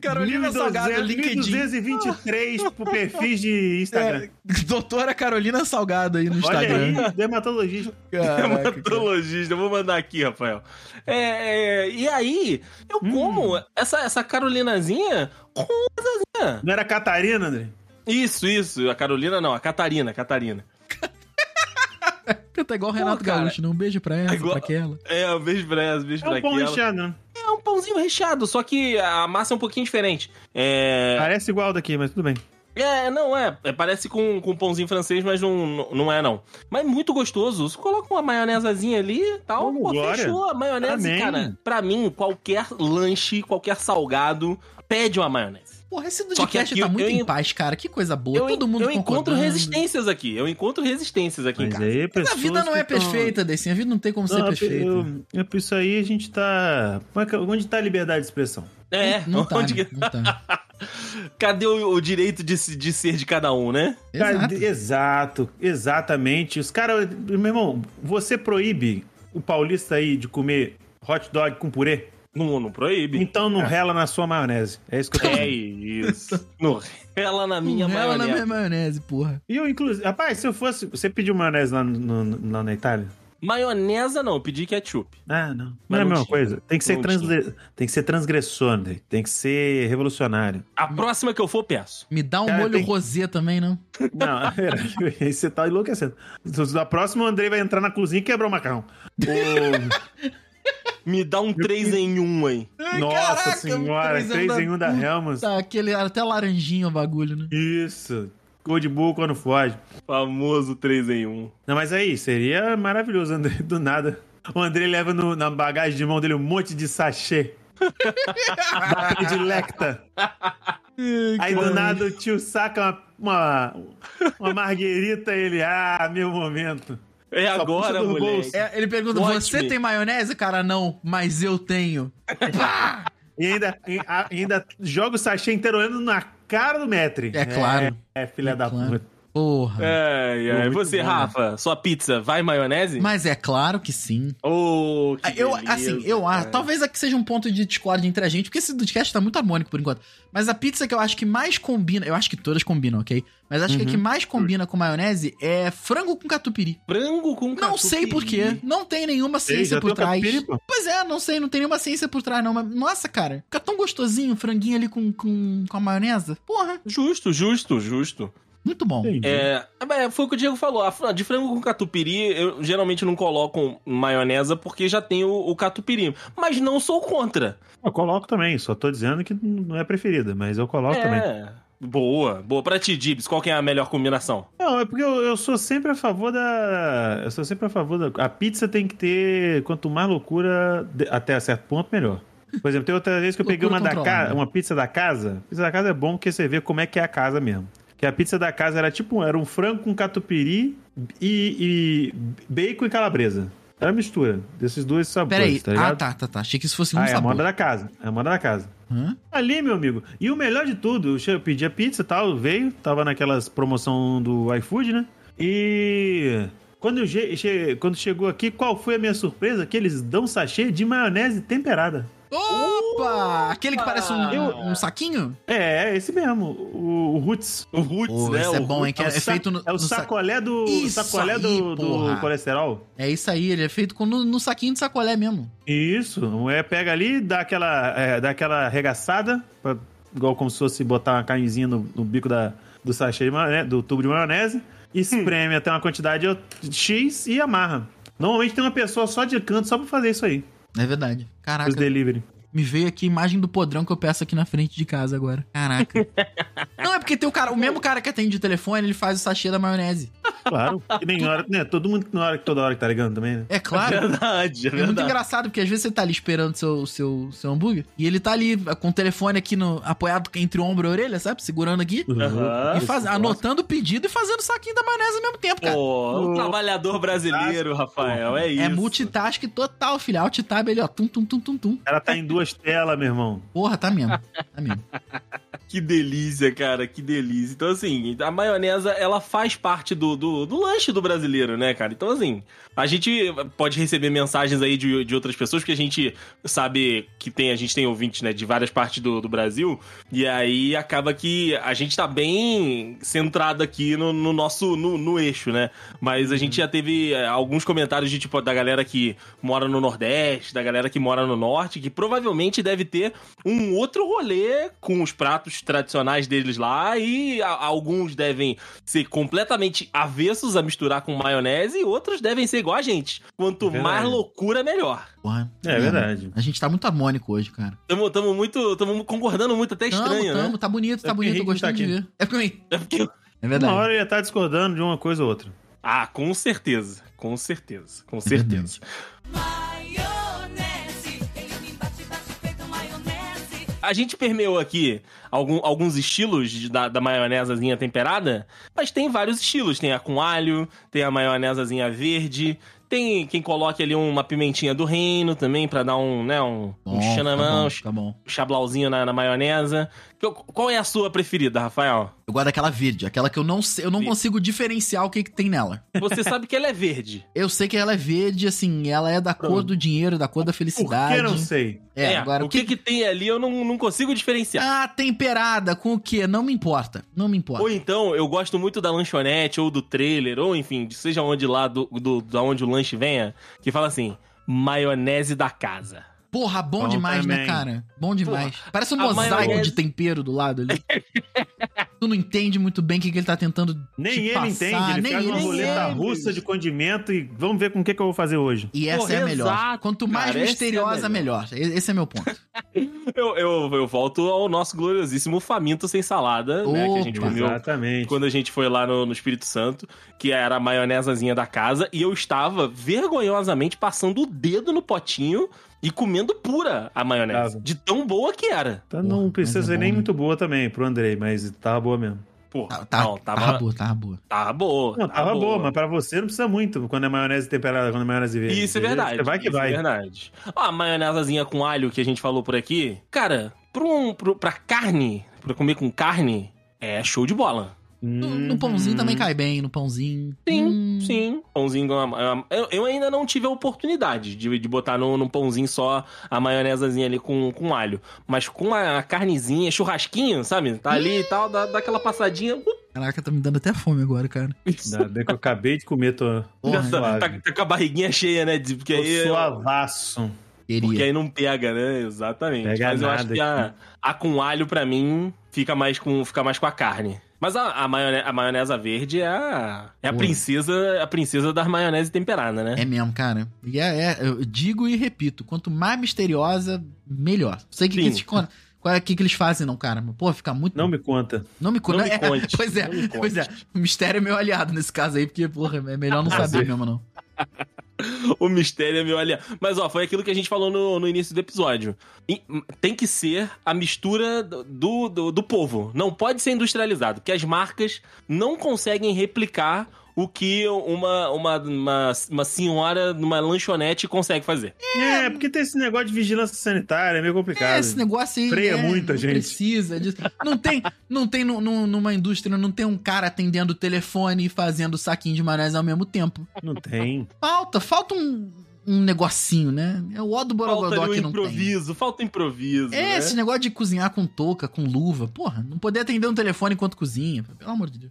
S3: Carolina Salgado,
S5: 1200, é,
S3: LinkedIn.
S5: 1223 pro perfis de Instagram.
S3: Doutora Carolina Salgado aí no
S5: Olha
S3: Instagram.
S5: aí, dermatologista.
S4: (laughs)
S3: Caraca, cara.
S4: Dermatologista, É um eu vou mandar aqui, Rafael. É, é, e aí, eu
S5: Hum.
S4: como essa, essa Carolinazinha com
S3: Ah.
S4: asazinha.
S5: Não era Catarina, André?
S4: Isso, isso. A Carolina não, a Catarina, Catarina.
S3: Tá igual o Renato
S4: cara.
S3: Gaúcho, né? Um beijo pra essa,
S4: É igual-
S3: pra aquela.
S4: É, beijo pra essa, beijo
S5: É
S4: pra
S5: um pão
S4: aquela.
S5: recheado, né?
S4: É um pãozinho recheado, só que a massa é um pouquinho diferente. É,
S5: Ah, Parece igual daqui, mas tudo bem.
S4: É, não, é. é, parece com, com pãozinho francês, mas não, não é, não. Mas muito gostoso. Você coloca uma maionesazinha ali e tal.
S5: Ô,
S4: pô,
S5: glória.
S4: fechou a maionese,
S5: Amém.
S4: cara. Pra mim, qualquer lanche, qualquer salgado, pede uma maionese.
S3: Porra, esse
S4: Só que
S3: podcast
S4: aqui
S3: tá muito
S4: eu
S3: em
S4: en-
S3: paz, cara. Que coisa boa.
S4: Eu, en-
S3: Todo mundo
S4: eu encontro
S3: concordando.
S4: resistências aqui. Eu encontro resistências aqui em
S5: Mas
S4: casa.
S5: aí,
S3: Mas A
S5: pessoas
S3: vida não
S5: que
S3: é
S5: tão-
S3: perfeita, Decinho. A vida não tem como ser
S5: Não,
S3: perfeita.
S5: Ah, eu- eu- por isso aí a gente tá. como é que- onde tá a liberdade de expressão?
S4: É,
S3: não, não tá,
S4: onde
S3: né?
S4: que-
S3: não tá.
S4: cadê o, o direito de, se- de ser de cada um, né?
S5: Cara,
S3: Exato.
S5: Tá exato, exatamente. Os caras. Meu irmão, você proíbe o paulista aí de comer hot dog com purê?
S4: Não, não proíbe.
S5: Então não rela na sua maionese. É isso que eu tô
S4: É
S5: dizendo.
S4: isso. No, ela na minha
S3: Então- Não rela na
S4: maionese.
S3: minha maionese, porra.
S5: E eu, inclusive. Rapaz, se eu fosse. Você pediu maionese lá, no- no- lá na Itália?
S4: Maionesa não, eu pedi ketchup.
S5: Ah, não. Não
S4: Mas
S5: é a
S4: não
S5: mesma
S4: tinha.
S5: coisa. Tem que ser,
S4: Não
S5: transle- tem que ser transgressor, né? tem que ser revolucionário.
S4: A
S3: Hum.
S4: próxima que eu for, peço.
S3: Me dá um
S5: Cara,
S3: molho
S5: tem-
S3: rosé também, não?
S5: (laughs) Não, pera, aí você tá enlouquecendo. Na próxima, o Andrei vai entrar na cozinha e quebrar o
S4: (laughs)
S5: macarrão. Ô,
S4: Me dá um 3 em 1 aí.
S5: nossa
S3: Caraca,
S5: senhora,
S3: três em um
S5: 3
S3: da
S5: em 1 da
S3: puta.
S5: Helmans.
S3: Tá, aquele até laranjinho o bagulho, né?
S5: Isso. Gol de burro quando foge.
S4: Famoso 3 em 1.
S5: Não, mas aí, seria maravilhoso, André, (laughs) do nada. O André leva no- na bagagem de mão dele um monte de sachê. (laughs) da predilecta. Aí do nada o tio saca uma, uma, uma marguerita e ele, ah, meu momento.
S4: É
S5: Só puxa
S4: agora,
S5: do
S4: moleque.
S5: bolso.
S3: É, ele pergunta:
S4: Watch
S3: você
S4: me."
S3: tem maionese? Cara, não, mas eu tenho.
S5: E ainda, e a- ainda joga o sachê inteiro olhando na cara do Metri.
S3: É claro.
S5: É, filha da
S3: claro.
S5: puta.
S3: Porra.
S4: Ai, ai. é,
S5: Muito
S4: Você,
S5: bom.
S4: Rafa, sua pizza vai maionese?
S3: Mas é claro que sim.
S4: Oh, que
S3: eu,
S4: beleza,
S3: assim, eu acho.
S4: cara.
S3: Talvez aqui seja um ponto de discórdia entre a gente, porque esse podcast tá muito harmônico por enquanto. Mas a pizza que eu acho que mais combina, eu acho que todas combinam, ok? Mas acho que
S4: Uhum.
S3: a que mais combina com maionese é frango com catupiry.
S4: Frango com
S3: Não sei por quê. Não tem nenhuma
S5: Ei,
S3: ciência
S5: já
S3: é por
S5: tem
S3: trás.
S5: catupiry, pô?
S3: Pois é, não sei, não tem nenhuma ciência por trás, não. Mas, nossa, cara, fica tão gostosinho o franguinho ali com, com, com a maionese. Porra,
S4: Justo, justo, justo.
S3: muito bom.
S5: Entendi.
S4: É, é, foi o que o Diego falou. A fra- de frango com catupiry, eu geralmente não coloco maionesa porque já tem o, o catupiry. Mas não sou contra.
S5: Eu coloco também, só tô dizendo que não é preferida, mas eu coloco também.
S4: É. Boa, boa. Pra ti, Dibs, qual que é a melhor combinação?
S5: Não, é porque eu, eu sou sempre a favor da. Eu sou sempre a favor da. A pizza tem que ter. Quanto mais loucura, de- até certo ponto, melhor. Por exemplo, tem outra vez que eu peguei uma,
S3: Loucura
S5: da
S3: controlada.
S5: ca... uma pizza da casa. Pizza da casa é bom porque você vê como é que é a casa mesmo. Que a pizza da casa era tipo era um frango com catupiry e, e bacon e calabresa. Era a mistura desses dois sabores,
S3: Peraí.
S5: tá
S3: ah,
S5: ligado?
S3: tá, tá, tá. Achei que isso fosse um
S5: Ah, é a
S3: sabor.
S5: moda da casa. É a moda da casa.
S3: Hã?
S5: Ali, meu amigo. E o melhor de tudo, eu che- eu pedi a pizza e tal, veio, tava naquelas promoção do iFood, né? E quando, eu che- che- quando chegou aqui, qual foi a minha surpresa? Que eles dão sachê de maionese temperada.
S3: Opa! Aquele que parece um,
S4: Eu-
S3: um saquinho?
S5: É, é esse mesmo, o, o Roots.
S4: O Roots,
S3: Pô,
S4: né?
S3: esse é
S4: O-
S3: bom, hein? Que é,
S5: o sa-
S3: feito no,
S5: é o
S3: no sa-
S5: sacolé do
S3: Isso
S5: sacolé
S3: aí,
S5: do, do
S3: porra.
S5: colesterol.
S3: É isso aí, ele é feito com, no, no saquinho de sacolé mesmo.
S5: Isso, a mulher pega ali, dá aquela, é, dá aquela arregaçada, pra- igual como se fosse botar uma carnezinha no, no bico da, do sachê de maionese, do tubo de maionese,
S3: Hum.
S5: espreme até uma quantidade X e amarra. Normalmente tem uma pessoa só de canto só pra fazer isso aí,
S3: É verdade. Caraca,
S5: os delivery.
S3: me veio aqui a imagem do podrão que eu peço aqui na frente de casa agora.
S5: (laughs)
S3: Caraca. Não, é porque tem o cara, o mesmo cara que atende o telefone, ele faz o sachê da maionese.
S5: Claro, que nem hora, né? Todo mundo na hora, toda hora que tá ligando também, né?
S3: É
S5: (laughs)
S3: claro.
S4: (laughs) Verdade, é
S3: É muito
S4: verdade.
S3: engraçado, porque às vezes você tá ali esperando seu, seu, seu hambúrguer e ele tá ali com o telefone aqui no, apoiado entre o ombro e a orelha, sabe? Segurando aqui
S5: Uhum.
S4: Aham.
S3: e faz, anotando o pedido e fazendo o saquinho da maionese ao mesmo tempo, cara.
S4: Pô, um
S5: Pô.
S4: trabalhador brasileiro, Rafael, é isso.
S3: é multitask total, filha. Alt tab ali, ó. Tum, tum, tum, tum, tum.
S5: O cara tá em duas telas, meu irmão.
S3: Porra, tá mesmo. Tá
S5: (laughs)
S3: mesmo.
S4: Que delícia, cara, que delícia. Então, assim, a maionesa, ela faz parte do, do, do lanche do brasileiro, né, cara? Então, assim, a gente pode receber mensagens aí de, de outras pessoas, porque a gente sabe que tem, a gente tem ouvintes, né, de várias partes do, do Brasil, e aí acaba que a gente tá bem centrado aqui no, no nosso, no, no eixo, né? Mas a gente já teve é, alguns comentários de, tipo, da galera que mora no Nordeste, da galera que mora no Norte, que provavelmente deve ter um outro rolê com os pratos pratos tradicionais deles lá e a- alguns devem ser completamente avessos a misturar com maionese e outros devem ser igual a gente. Quanto
S5: Verdade.
S4: mais loucura, melhor.
S3: Porra.
S5: É verdade.
S3: A gente tá muito harmônico hoje, cara.
S4: Tamo, tamo muito, tamo concordando muito, até é
S3: Tamo,
S4: estranho,
S3: tamo,
S4: né?
S3: tá bonito, tá
S5: É porque
S3: bonito,
S5: Henrique
S3: eu
S5: não
S3: gostando
S5: tá
S3: de
S5: aqui.
S3: ver. É porque
S4: É porque-
S3: É
S5: Uma
S3: verdade.
S5: hora ele ia estar discordando de uma coisa ou outra.
S4: Ah, com certeza. Com certeza. Com
S3: É verdade.
S4: certeza.
S2: Maionese, ele me bate, bate feito maionese.
S4: A gente permeou aqui algum- alguns estilos de- da, da maionesazinha temperada, mas tem vários estilos. Tem a com alho, tem a maionesazinha verde, tem quem coloque ali uma pimentinha do reino também pra dar um, né, um,
S3: Bom,
S4: um xanamão,
S3: Tá
S4: um
S3: bom, tá bom.
S4: chablauzinho na, na maionesa. Que- Qual é a sua preferida, Rafael?
S3: Eu gosto daquela verde, aquela que eu não sei, eu não
S4: Verde.
S3: consigo diferenciar o que, que tem nela. (laughs)
S4: Você sabe que ela é verde.
S3: Eu sei que ela é verde, assim, ela é da cor do dinheiro, da cor da
S5: Por
S3: felicidade.
S5: que não sei?
S3: É, agora
S4: o que, que tem ali eu não, não consigo diferenciar.
S3: Ah, temperada com o quê? Não me importa. Não me importa.
S4: Ou então, eu gosto muito da lanchonete, ou do trailer, ou enfim, de seja onde lá, do, do- da onde o lanche venha, que fala assim, maionese da casa.
S3: Porra, bom
S5: Bom
S3: demais, né,
S5: também.
S3: cara? Bom demais. Parece um
S4: a
S3: mosaico
S4: maionese-
S3: de tempero do lado
S4: (laughs)
S3: ali. tu não entende muito bem o que, que ele tá tentando
S5: Nem
S3: te
S5: ele
S3: passar,
S5: entende, ele
S3: nem
S5: faz uma
S3: ele
S5: roleta
S3: entende.
S5: russa de condimento e vamos ver com o que, que eu vou fazer hoje.
S3: E essa
S4: Porra,
S3: é a melhor.
S4: exato,
S3: Quanto mais
S4: cara, essa é a
S3: misteriosa, melhor. E- Esse é meu ponto.
S4: Eu, eu, eu volto ao nosso gloriosíssimo faminto sem salada, né, que a gente
S3: Opa.
S4: comeu
S5: Exatamente.
S4: quando a gente foi lá no, no Espírito Santo, que era a maionesazinha da casa, e eu estava vergonhosamente passando o dedo no potinho e comendo pura a maionese,
S5: Tava.
S4: de tão boa que era.
S5: Tá,
S3: Porra,
S5: não
S3: mas
S5: precisa
S3: é
S5: ser
S3: bom,
S5: nem
S3: né?
S5: muito boa também pro Andrei, mas tava boa mesmo.
S4: Pô,
S3: Tá, tá,
S4: não, tava,
S3: tava boa, tava boa.
S4: tava boa.
S5: Não, tava boa, mas pra você não precisa muito quando é maionese temperada, quando é maionese verde.
S4: Isso é
S5: entendeu?
S4: verdade.
S5: Você vai que
S4: isso
S5: vai.
S4: É verdade. Ó, a maionesazinha com alho que a gente falou por aqui, cara, pra, um, pro- pra carne, pra comer com carne, é show de bola.
S3: No,
S5: Hum,
S4: Uhum.
S3: no pãozinho também cai bem, no pãozinho.
S4: Sim,
S3: Hum,
S4: sim. Pãozinho com a- a- eu, eu ainda não tive a oportunidade de, de botar no, num pãozinho só a maionesazinha ali com, com alho. Mas com a carnezinha, churrasquinho, sabe? Tá ali e tal, dá, dá aquela passadinha. uh,
S3: Caraca, tá me dando até fome agora, cara.
S5: Ainda bem que eu acabei de comer,
S4: (laughs)
S5: tô,
S3: Porra,
S4: já tá, tá- tá com a barriguinha cheia, né? de- Porque
S5: tô
S4: aí.
S5: suavaço.
S4: Porque
S3: Queria.
S4: aí não pega, né? Exatamente.
S5: Pega
S4: Mas eu
S5: nada
S4: acho que a, a com alho, pra mim, fica mais com, fica mais com a carne. Mas a, a, maione- a maionese verde é a, é a
S3: Pô.
S4: princesa a princesa das maionese temperada, né?
S3: É mesmo, cara. E é, é- eu digo e repito, quanto mais misteriosa, melhor. Sei que, que
S4: Sim.
S3: eles con- qual é que, que eles fazem, não, cara. Mas, Pô, fica muito.
S5: Não me conta.
S3: não me, con-
S4: não me
S3: é,
S4: conte,
S3: Pois é,
S4: não me conte. Ah,
S3: pois é. O mistério é meu aliado nesse caso aí, porque, porra, é melhor não saber
S5: Prazer.
S3: mesmo, não.
S4: O mistério é meu aliado. Mas, ó, foi aquilo que a gente falou no, no início do episódio. E, hum, tem que ser a mistura do, do, do povo. Não pode ser industrializado, porque as marcas não conseguem replicar o que uma, uma, uma, uma senhora numa lanchonete consegue fazer.
S5: É, porque tem esse negócio de vigilância sanitária, é meio complicado.
S3: É, esse negócio aí.
S5: Freia
S3: é,
S5: muita
S3: não
S5: gente.
S3: Precisa disso. Não tem, não tem nu- nu- numa indústria, não tem um cara atendendo o telefone e fazendo saquinho de maionese ao mesmo tempo.
S5: Não tem.
S3: Falta, falta um, um negocinho, né? É o ó do
S4: Falta
S3: Borogodó
S4: ali
S3: que
S4: um
S3: não tem.
S4: improviso, falta improviso.
S3: É,
S4: né?
S3: esse negócio de cozinhar com touca, com luva. Porra, não poder atender um telefone enquanto cozinha. Pelo amor de
S4: (laughs)
S3: Deus.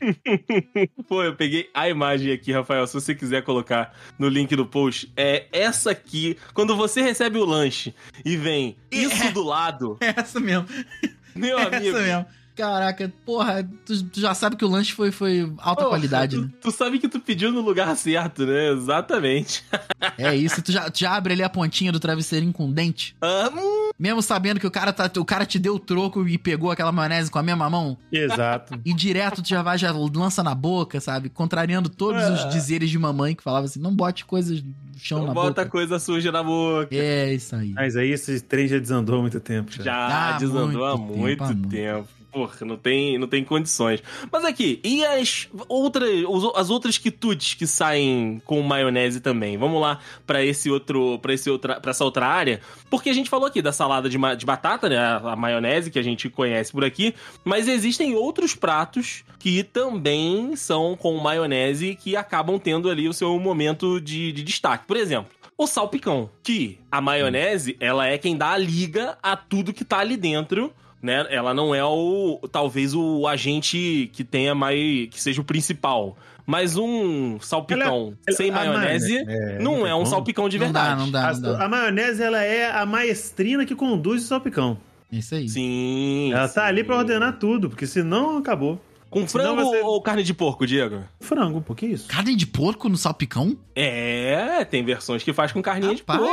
S4: Pô, eu peguei a imagem aqui, Rafael. Se você quiser colocar no link do post, é essa aqui. Quando você recebe o lanche e vem isso
S3: É.
S4: do lado,
S3: É essa mesmo.
S4: meu
S3: É
S4: amigo.
S3: essa mesmo. Caraca, porra, tu, tu já sabe que o lanche foi, foi alta
S4: pô,
S3: qualidade,
S4: tu,
S3: né?
S4: tu sabe que tu pediu no lugar certo, né? Exatamente.
S3: É isso, tu já, tu já abre ali a pontinha do travesseirinho com dente.
S4: Ah, hum,
S3: Mesmo sabendo que o cara, tá, o cara te deu o troco e pegou aquela maionese com a mesma mão,
S5: Exato.
S3: e direto tu já vai, já lança na boca, sabe? Contrariando todos os dizeres de mamãe que falava assim: não bote coisas no chão na
S4: É. não bota
S3: boca.
S4: coisa suja na boca.
S3: É isso aí.
S5: Mas aí esse trem já desandou há muito tempo. Já.
S4: Já
S3: Há muito
S4: desandou há
S3: tempo,
S4: muito
S3: há muito.
S4: tempo. Porra, não tem, não tem condições. Mas aqui, e as outras, os- as outras quitutes que saem com maionese também? Vamos lá pra esse outro, para esse outra, para essa outra área, porque a gente falou aqui da salada de, ma- de batata, né, a, a maionese que a gente conhece por aqui, mas existem outros pratos que também são com maionese que acabam tendo ali o seu momento de, de destaque. Por exemplo, o salpicão, que a maionese, ela é quem dá a liga a tudo que tá ali dentro, né? Ela não é o talvez o agente que tenha mais que seja o principal, mas um salpicão
S5: Ela-
S4: sem
S5: a
S4: maionese
S5: maionese- é, não
S4: não
S5: tem
S4: é um
S5: como.
S4: salpicão de
S3: Tá, não dá,
S4: verdade.
S3: não dá, não
S5: A,
S3: dá.
S5: a maionese, ela é a maestrina que conduz o salpicão.
S3: É isso aí.
S4: Sim.
S5: Ela tá
S4: sim.
S5: ali pra ordenar tudo, porque senão acabou.
S4: Com
S5: Senão
S4: frango
S5: você-
S4: ou carne de porco, Diego?
S5: Frango, pô, que isso?
S3: Carne de porco no salpicão?
S4: É, tem versões que faz com carninha de porco.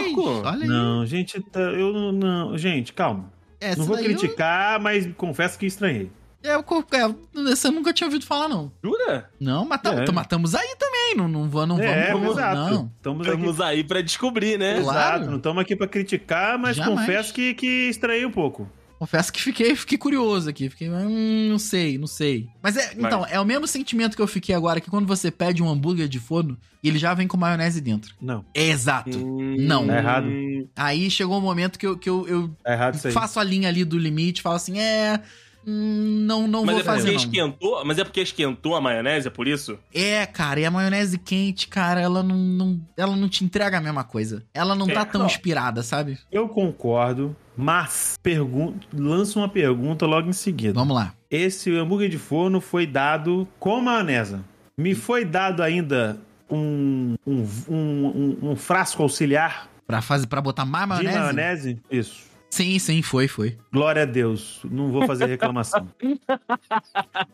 S3: olha aí.
S5: Não, gente, tá- eu não- não. Gente, calma.
S3: Essa
S5: não vou
S3: daí eu-
S5: criticar, mas confesso que estranhei.
S3: É, o corpo. É, essa eu nunca tinha ouvido falar, não.
S4: Jura?
S3: Não, matamos,
S5: É.
S3: tô- matamos aí também. Não, não, vou- não
S5: é,
S3: vamos.
S5: exato.
S3: Não.
S5: Estamos aqui.
S4: Estamos aí pra descobrir, né?
S3: Claro.
S5: Exato, não estamos aqui pra criticar, mas
S3: Jamais.
S5: confesso que, que estranhei um pouco.
S3: Confesso que fiquei, fiquei curioso aqui. Fiquei, hum, não sei, não sei. Mas é, então, é o mesmo sentimento que eu fiquei agora que quando você pede um hambúrguer de forno e ele já vem com maionese dentro. É
S5: Não,
S3: Exato.
S4: Hum,
S3: Não.
S5: Tá errado.
S3: Aí chegou um momento que eu, que eu, eu
S5: tá errado isso aí.
S3: faço a linha ali do limite, falo assim, é. hum, Não, não
S4: Mas
S3: vou
S4: é porque
S3: fazer. Não.
S4: esquentou, mas é porque esquentou a maionese, é por isso?
S3: É, cara, e a maionese quente, cara, ela não, não- ela não te entrega a mesma coisa. Ela não
S4: É,
S3: tá tão
S4: não.
S3: inspirada, sabe?
S5: Eu concordo, mas pergun- lanço uma pergunta logo em seguida.
S3: Vamos lá.
S5: Esse hambúrguer de forno foi dado com maionese. Me foi dado ainda um, um, um- um- um frasco auxiliar
S3: Pra, fazer, pra botar mais maionese?
S5: de maionese? Isso.
S3: Sim, sim, foi, foi.
S5: Glória a Deus, não vou fazer reclamação.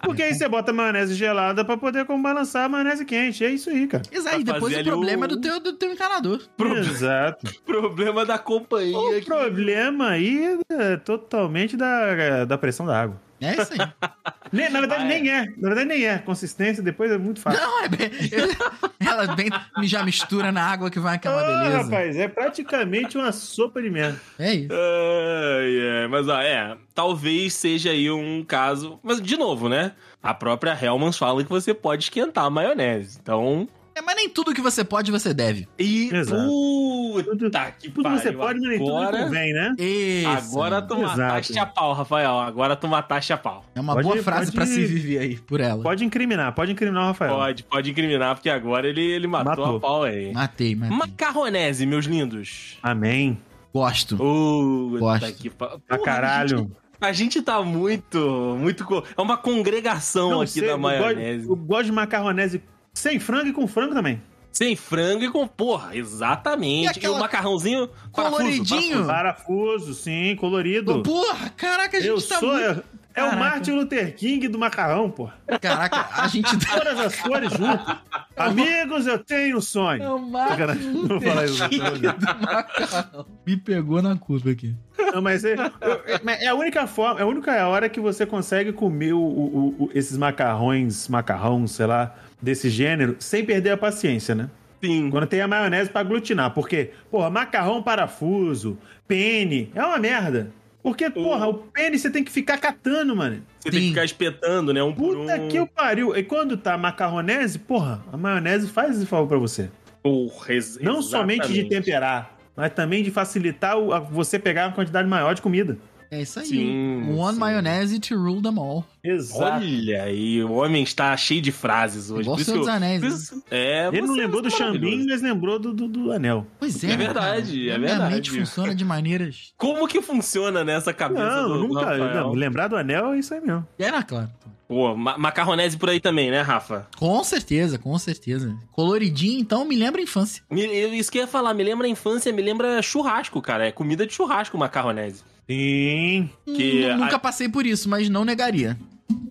S5: Porque aí você bota maionese gelada pra poder combalançar a maionese quente. É isso aí, cara.
S3: Exato, e
S4: Pra
S3: depois
S4: fazer
S3: o
S4: ali
S3: problema
S4: o-
S3: é do teu, do teu encanador.
S5: Exato.
S4: Problema da companhia.
S5: O
S4: que-
S5: problema aí é totalmente da, da pressão da água.
S3: É (laughs) isso aí.
S5: Nem- na verdade,
S4: Ah, é.
S5: nem é. Na verdade, nem é. Consistência depois é muito fácil.
S3: não, é bem. (laughs) Ela bem, já mistura na água que vai aquela
S5: Ah,
S3: beleza.
S5: rapaz, é praticamente uma sopa de merda.
S3: É isso.
S4: Ai, ai, Mas, ó, é, talvez seja aí um caso... Mas, de novo, né? A própria Hellmans fala que você pode esquentar a maionese. Então...
S3: É, mas nem tudo que você pode, você deve.
S4: E...
S5: Exato.
S4: Puta que
S5: Tudo
S4: pariu.
S5: você pode, mas nem tudo
S4: agora...
S5: convém, né?
S3: Isso.
S4: Agora tu
S5: Exato.
S4: mataste a pau, Rafael. Agora tu mataste a pau.
S3: É uma
S5: Pode-
S3: boa frase
S5: pode-
S3: pra se viver aí, por ela.
S5: Pode incriminar, pode incriminar o Rafael.
S4: Pode, pode incriminar, porque agora ele, ele matou,
S5: É. Matou. Ah, é.
S4: a pau aí.
S3: Matei, matei.
S4: Macarronese, meus lindos.
S5: Amém.
S3: Gosto.
S4: Uh,
S3: Gosto.
S4: que pa...
S5: Pra
S4: Porra,
S5: caralho.
S4: A gente, a gente tá muito, muito... co- É uma congregação
S5: Não
S4: aqui
S5: sei,
S4: da
S5: eu gosto-
S4: maionese.
S5: Eu gosto de macarronese sem frango e com frango também.
S4: Sem frango e com... Porra,
S3: E
S4: exatamente. E,
S3: aquela-
S4: o macarrãozinho... Hum.
S3: Coloridinho.
S5: Parafuso, sim, colorido.
S3: Porra, caraca, a gente
S5: Eu
S3: tá
S5: sou.
S3: muito...
S5: eu- É
S3: Caraca.
S5: o Martin Luther King do macarrão, pô.
S3: Caraca, a gente tá...
S5: Todas as cores junto.
S4: (laughs)
S5: Amigos, eu tenho um sonho.
S3: o
S5: Sacanagem. (laughs) Não vou falar isso, não.
S3: Me pegou na curva aqui.
S5: Não, mas é, eu- é- mas é a única forma, é a única hora que você consegue comer o- o- o- esses macarrões, macarrão, sei lá, desse gênero, sem perder a paciência, né?
S4: Sim.
S5: Quando tem a maionese pra aglutinar. Porque, porra, macarrão parafuso, pene, é uma merda. Porque, porra, o pene você tem que ficar catando, mano.
S4: Você tem que
S3: Sim.
S4: ficar espetando, né? Um por
S5: Puta
S4: um.
S5: que o pariu. E quando tá macarronese, porra, a maionese faz esse favor pra você.
S4: Porra, ex-
S5: Não somente de
S4: exatamente.
S5: temperar, mas também de facilitar o- a- você pegar uma quantidade maior de comida.
S3: É isso aí.
S4: Sim,
S3: One
S4: sim.
S3: maionese to rule them all.
S5: Exato.
S4: Olha aí, o homem está cheio de frases hoje.
S3: Igual
S4: Por isso
S3: Senhor
S4: que
S3: dos
S4: eu-
S3: Anéis,
S4: por
S3: né?
S4: isso- É,
S5: Ele não
S4: você
S5: lembrou do
S4: é
S5: Xambim,
S4: maravilhoso.
S5: mas lembrou do, do, do anel.
S3: Pois é,
S4: É
S3: né,
S4: verdade,
S3: cara? Minha
S4: é verdade.
S3: mente funciona de maneiras... (laughs)
S4: Como que funciona nessa cabeça
S5: Não,
S4: do do
S5: nunca.
S4: Rafael?
S5: não, lembrar do anel é isso aí mesmo.
S3: Era claro.
S4: Pô, ma- macarronese por aí também, né, Rafa?
S3: Com certeza, com certeza. Coloridinho, então, me lembra a infância.
S4: Me- eu- Isso que eu ia falar, me lembra a infância, me lembra churrasco, cara. É comida de churrasco, macarronese.
S5: Sim.
S4: Que
S3: Hum, Nunca
S4: a-
S3: passei por isso, mas não negaria.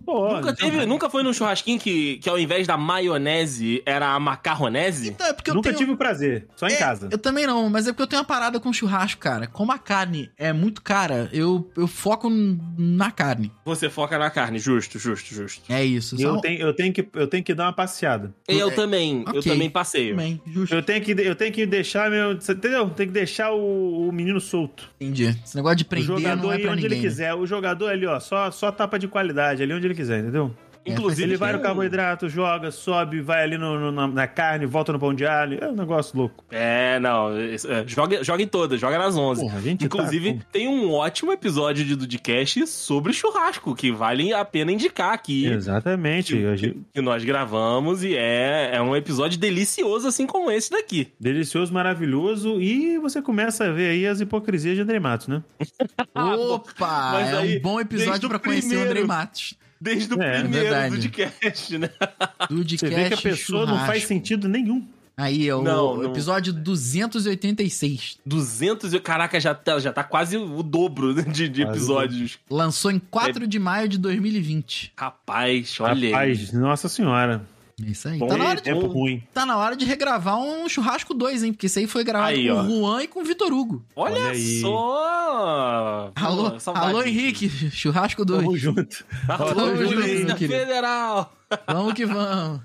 S5: Pô, então,
S4: Nunca, teve, nunca foi num churrasquinho que, que ao invés da maionese era a macarronese?
S3: Então, é porque eu
S5: nunca
S3: tenho...
S5: tive o prazer. Só em
S3: É,
S5: casa.
S3: Eu também não, mas é porque eu tenho uma parada com churrasco, cara. Como a carne é muito cara, eu, eu foco n- na carne.
S4: Você foca na carne, justo, justo, justo.
S3: É isso.
S5: Eu,
S3: só-
S5: tenho, eu, tenho que, eu tenho que dar uma passeada.
S4: E Eu
S3: É,
S4: também, eu
S3: ok.
S4: também passeio.
S3: Também, justo.
S5: Eu tenho que, eu tenho que deixar meu. você Entendeu? Tem que deixar o, o menino solto.
S3: Entendi. Esse negócio de prender
S5: o jogador
S3: não é
S5: aí
S3: pra
S5: onde
S3: ninguém.
S5: ele quiser. O jogador ali, ó, só, só tapa de qualidade, ali onde ele quiser, entendeu?
S3: é,
S4: Inclusive,
S5: Ele vai no
S4: tem um-
S5: carboidrato, joga, sobe, vai ali no- no- na, na carne, volta no pão de alho. É um negócio louco.
S4: É, não. isso- é, Joga, joga em todas, joga nas 11.
S5: Porra, a gente tá
S4: Inclusive,
S5: com-
S4: tem um ótimo episódio de Dudcast sobre churrasco, que vale a pena indicar aqui.
S5: Exatamente. a gente-
S4: Que nós gravamos e é, é um episódio delicioso, assim como esse daqui.
S5: Delicioso, maravilhoso. E você começa a ver aí as hipocrisias de André Matos, né?
S3: Opa!
S4: Mas
S3: É
S4: aí,
S3: um bom
S4: desde
S3: episódio
S4: o
S3: pra conhecer o
S4: primeiro.
S3: Andrei
S5: (laughs)
S3: Matos.
S4: Desde o
S5: É,
S4: primeiro
S3: verdade.
S4: Dudcast, né?
S3: Do de
S5: Você vê que a pessoa não faz sentido nenhum.
S3: Aí é o
S4: Não, não.
S3: episódio 286.
S4: 200 e... Caraca, já tá, já tá quase o dobro né, de, de
S5: Quase o
S4: episódios.
S3: Lançou em 4 de maio de 2020.
S4: Rapaz, olha aí.
S5: Rapaz, nossa senhora.
S3: É isso aí.
S4: Bom,
S3: Tá na, hora
S5: Que
S3: de,
S5: tempo ruim.
S3: tá na hora de regravar um Churrasco 2, hein? Porque isso aí foi gravado
S4: Aí,
S3: com
S4: ó.
S3: o Juan e com o Vitor Hugo.
S4: Olha,
S5: Olha aí.
S4: só!
S3: Alô,
S4: Pô, saudade.
S3: alô Henrique, Churrasco 2.
S5: Tamo junto.
S4: Alô,
S3: Tamo junto,
S4: Polícia
S3: meu querido.
S4: Federal!
S3: Vamos que vamos.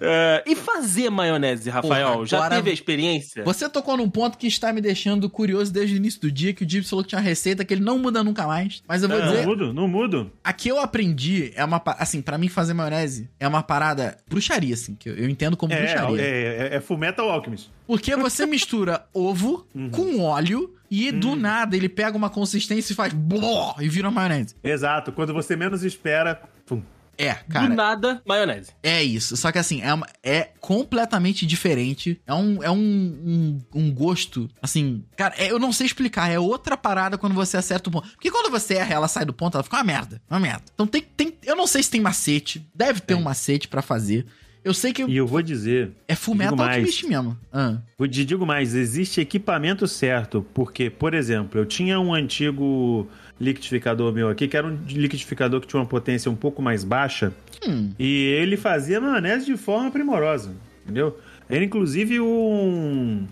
S4: É, e fazer maionese, Rafael?
S3: Porra,
S4: Já
S3: agora-
S4: teve a experiência?
S3: Você tocou num ponto que está me deixando curioso desde o início do dia, que o Gibbs falou que tinha uma receita que ele não muda nunca mais. Mas eu vou
S5: Não
S3: dizer,
S5: mudo, não mudo.
S3: a que eu aprendi é uma... pa- Assim, pra mim fazer maionese é uma parada bruxaria, assim, que eu, eu entendo como
S5: É,
S3: bruxaria.
S5: é, é, é Full Metal Alchemist.
S3: Porque
S5: (laughs)
S3: você mistura ovo
S5: Uhum.
S3: com óleo e
S5: Hum.
S3: do nada ele pega uma consistência e faz bló e vira maionese.
S5: Exato, quando você menos espera. pum.
S3: É,
S4: Do
S3: cara,
S4: nada, maionese.
S3: é isso. Só que assim, é, uma- é completamente diferente. É um, é um, um, um gosto, assim, cara, é- eu não sei explicar. É outra parada quando você acerta o ponto. Porque quando você erra, ela sai do ponto, ela fica uma merda, uma merda. Então tem, tem eu não sei se tem macete. Deve ter um macete pra fazer. Eu sei que
S5: E eu vou dizer.
S3: é fullmetal
S5: digo mais.
S3: alquimista mesmo. Ah,
S5: Vou te digo mais, existe equipamento certo, porque, por exemplo, eu tinha um antigo liquidificador meu aqui, que era um liquidificador que tinha uma potência um pouco mais baixa,
S3: Hum.
S5: e ele fazia maionese de forma primorosa, entendeu? Era inclusive um...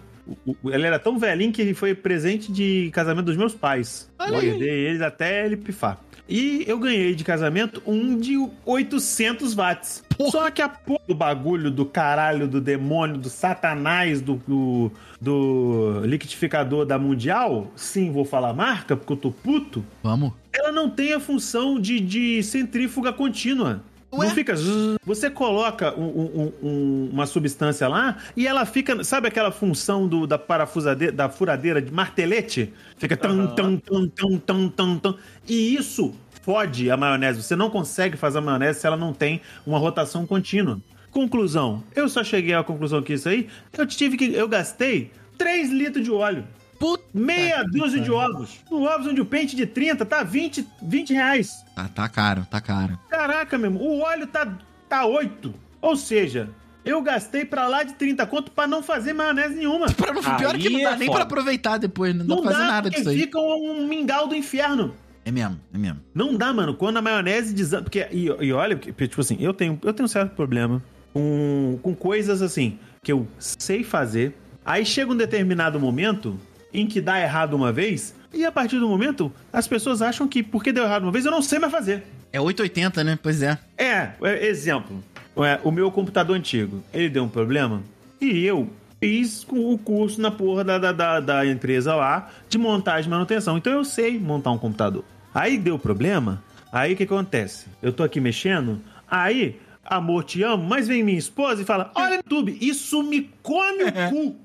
S5: o- o- Ele era tão velhinho que ele foi presente de casamento dos meus pais.
S3: Olha
S5: eu
S3: aí.
S5: herdei ele até ele pifar. E eu ganhei de casamento um de 800 watts. Só que a porra do bagulho do caralho, do demônio, do satanás, do, do, do liquidificador da Mundial, sim, vou falar marca, porque eu tô puto,
S3: vamos.
S5: ela não tem a função de, de centrífuga contínua.
S3: Ué?
S5: Não fica. zzz. Você coloca um- um- um- um- uma substância lá e ela fica. Sabe aquela função do, da parafusadeira, da furadeira de martelete? Fica tão, tão, tão, tão, tão, tão, tão. E isso fode a maionese. Você não consegue fazer a maionese se ela não tem uma rotação contínua. Conclusão. Eu só cheguei à conclusão que isso aí. Eu tive que. Eu gastei 3 litros de óleo.
S3: Puta. Tá,
S5: Meia dúzia de ovos. Um ovos onde o pente de 30 tá 20, 20 reais.
S3: Tá, tá caro, tá caro.
S5: Caraca, meu irmão, o óleo tá, tá 8. Ou seja, eu gastei pra lá de 30 conto pra não fazer maionese nenhuma.
S3: Pra não,
S4: Aí
S3: pior é que não dá
S4: é
S3: nem
S4: foda.
S3: pra aproveitar depois, né? Não,
S5: Não
S3: dá pra
S5: dá,
S3: fazer nada
S5: porque
S3: disso aí.
S5: fica um mingau do inferno.
S3: É mesmo, é mesmo.
S5: Não dá, mano. Quando a maionese desanda. Porque, e, e olha, porque, tipo assim, eu tenho, eu tenho um certo problema com, com coisas assim que eu sei fazer. Aí chega um determinado momento em que dá errado uma vez, e a partir do momento, as pessoas acham que porque deu errado uma vez, eu não sei mais fazer.
S3: É 880, né? Pois é.
S5: É, é, exemplo. é, o meu computador antigo, ele deu um problema e eu fiz com o curso na porra da, da, da, da empresa lá de montagem e manutenção. Então eu sei montar um computador. Aí deu problema, aí o que acontece? Eu tô aqui mexendo, aí, amor, te amo, mas vem minha esposa e fala: Olha no YouTube, isso me come o cu.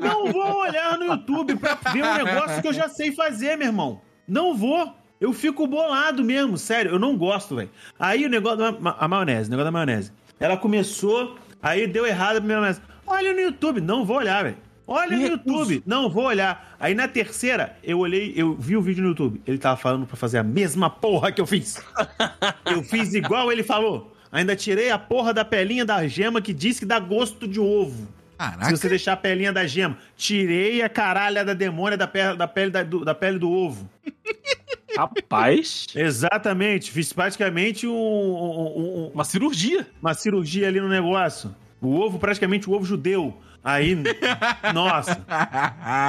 S5: Não vou olhar no YouTube pra ver um negócio que eu já sei fazer, meu irmão. Não vou. Eu fico bolado mesmo, sério. Eu não gosto, velho. Aí o negócio da ma- a maionese, o negócio da maionese. Ela comeou, aí deu errado a primeira maionese. Olha no YouTube, não vou olhar, velho. Olha no YouTube, não vou olhar. Aí na terceira, eu olhei, eu vi o vídeo no YouTube. Ele tava falando pra fazer a mesma porra que eu fiz. Eu fiz igual ele falou. Ainda tirei a porra da pelinha da gema que diz que dá gosto de ovo.
S3: Caraca.
S5: Se você deixar a pelinha da gema, tirei a caralha da demônia da pele da pele, da- do, da pele do ovo.
S4: Rapaz,
S5: Exatamente, fiz praticamente um- um- um-
S4: uma cirurgia.
S5: uma cirurgia ali no negócio. O ovo, praticamente o ovo judeu. Aí, nossa.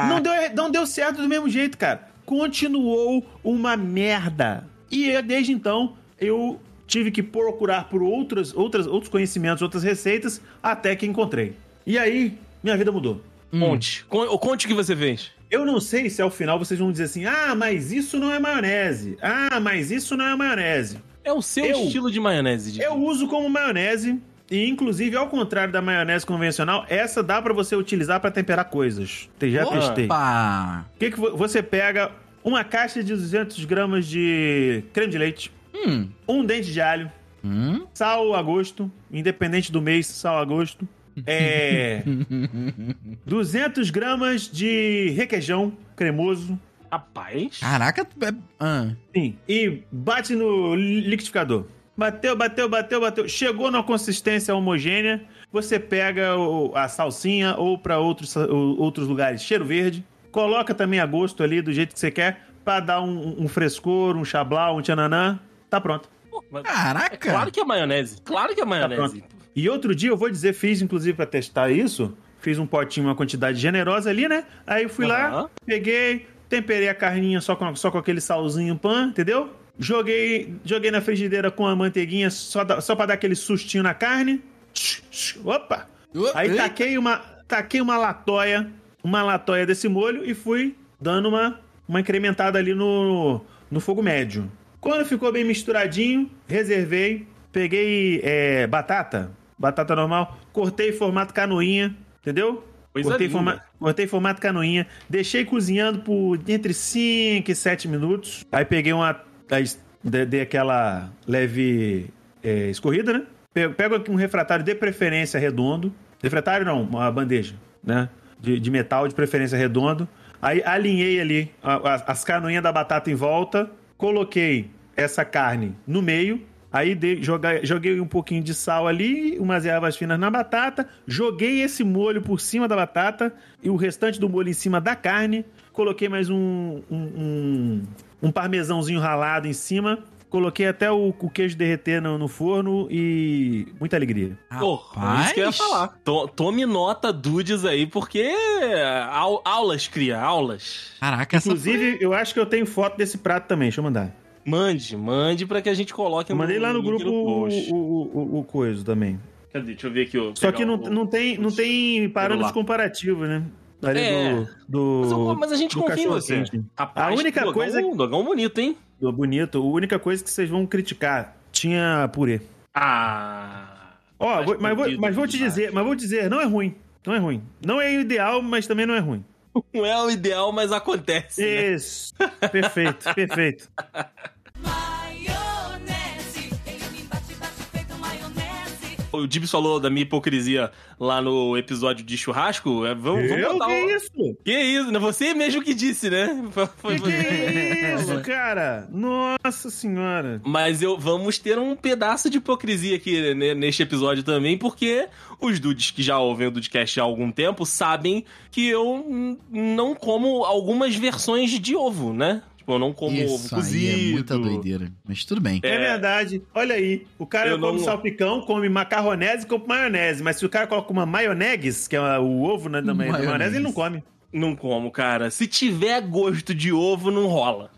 S5: Não deu, não deu certo do mesmo jeito, cara. Continuou uma merda. E eu, desde então, eu tive que procurar por outras, outras, outros conhecimentos, outras receitas, até que encontrei. E aí, minha vida mudou.
S3: Hum.
S4: Conte. Con- Conte o que você fez.
S5: Eu não sei se ao final vocês vão dizer assim: ah, mas isso não é maionese. Ah, mas isso não é maionese.
S4: É o seu
S5: Eu-
S4: estilo de maionese, Didi.
S5: Eu uso como maionese. E, inclusive, ao contrário da maionese convencional, essa dá pra você utilizar pra temperar coisas. Te- Já
S3: Opa!
S5: testei. O que, que vo- você pega? Uma caixa de 200 gramas de creme de leite,
S3: Hum.
S5: um dente de alho,
S3: Hum.
S5: sal a gosto, independente do mês, sal a gosto.
S3: (laughs)
S5: É. 200 gramas de requeijão cremoso.
S4: Rapaz.
S3: Caraca. tu é- Ah.
S5: Sim. E bate no liquidificador. Bateu, bateu, bateu, bateu. Chegou numa consistência homogênea. Você pega o- a salsinha ou para outros, sa- ou- outros lugares, cheiro verde. Coloca também a gosto ali, do jeito que você quer, pra dar um, um frescor, um xablau, um tchananã. Tá pronto.
S4: É
S3: Caraca!
S4: claro que é maionese. Claro que é maionese.
S5: E outro dia, eu vou dizer, fiz inclusive pra testar isso. Fiz um potinho, uma quantidade generosa ali, né? Aí eu fui
S4: Aham.
S5: lá, peguei, temperei a carninha só com, só com aquele salzinho pan, entendeu? Joguei, joguei na frigideira com a manteiguinha só, da, só pra dar aquele sustinho na carne. Tch, tch, Opa!
S3: Ô,
S5: Aí tá
S3: ei,
S5: taquei uma, taquei uma latoia, uma latoia desse molho e fui dando uma, uma incrementada ali no, no fogo médio. Quando ficou bem misturadinho, reservei, peguei é, batata, batata normal, cortei em formato canoinha, entendeu?
S4: Coisa
S5: cortei, em
S4: linda.
S5: forma- cortei em formato canoinha, deixei cozinhando por entre 5 e 7 minutos. Aí peguei uma. Aí de- dei aquela leve é, escorrida, né? Pe- Pego aqui um refratário de preferência redondo. Refratário não, uma bandeja, né? De, de metal, de preferência redondo. Aí alinhei ali a- a- as canoinhas da batata em volta. Coloquei essa carne no meio. Aí dei- joga- joguei um pouquinho de sal ali, umas ervas finas na batata. Joguei esse molho por cima da batata e o restante do molho em cima da carne. Coloquei mais um, um, um, um parmesãozinho ralado em cima. Coloquei até o, o queijo derreter no, no forno e muita alegria.
S4: Pô, é isso que eu ia
S3: rapaz.
S4: falar. To- Tome nota, dudes aí, porque au- aulas cria, aulas.
S3: Caraca, essa
S5: Inclusive, eu acho que eu tenho foto desse prato também, deixa eu mandar.
S4: Mande, mande pra que a gente coloque
S5: Eu mandei lá no
S4: um link
S5: grupo o,
S4: post.
S5: o, o, o coisa também.
S4: Cadê? Deixa eu ver aqui. ó,
S5: Só
S4: pegar
S5: que não,
S4: o-
S5: não, tem, não tem parâmetros
S4: lá.
S5: comparativos, né? Ali
S4: É.
S5: do,
S4: Mas, eu-
S5: do,
S4: mas a gente
S5: do
S4: confia em
S5: cachorro
S4: você.
S5: quente.
S4: Rapaz,
S5: A única
S4: dogão- é um
S5: coisa-
S4: Dogão bonito, hein?
S5: do bonito. A única coisa que vocês vão criticar tinha purê.
S4: Ah.
S5: Ó,
S4: Mais
S5: vou- mas, vou,
S4: perdido
S5: mas vou te
S4: demais.
S5: dizer, mas vou dizer, não é ruim. Não é ruim. Não é o ideal, mas também não é ruim.
S4: Não é o ideal, mas acontece. né?
S5: Isso. (laughs) Perfeito, perfeito.
S2: Maionese, ele me bate, bate feito maionese.
S4: O Dibs falou da minha hipocrisia lá no episódio de churrasco. é, Vamos, vamos
S5: Eu?
S4: botar
S5: Que
S4: o...
S5: isso?
S4: Que isso? né? Você mesmo que disse, né? (laughs) Foi
S5: Que, que
S4: você.
S5: é isso, cara? Nossa senhora.
S4: Mas eu vamos ter um pedaço de hipocrisia aqui né, neste episódio também, porque os dudes que já ouvem o Dudecast há algum tempo sabem que eu n- não como algumas versões de ovo, né? Tipo, eu não como ovo
S3: Isso
S4: cozido.
S3: aí é muita doideira. Mas tudo bem.
S5: É. verdade. Olha aí. O cara
S4: Eu não-
S5: come salpicão, come macarronese e come maionese. Mas se o cara coloca uma maionese, que é o ovo né, da ma- da
S3: Maionese.
S5: maionese. ele não come.
S4: Não como, cara. Se tiver gosto de ovo, não rola.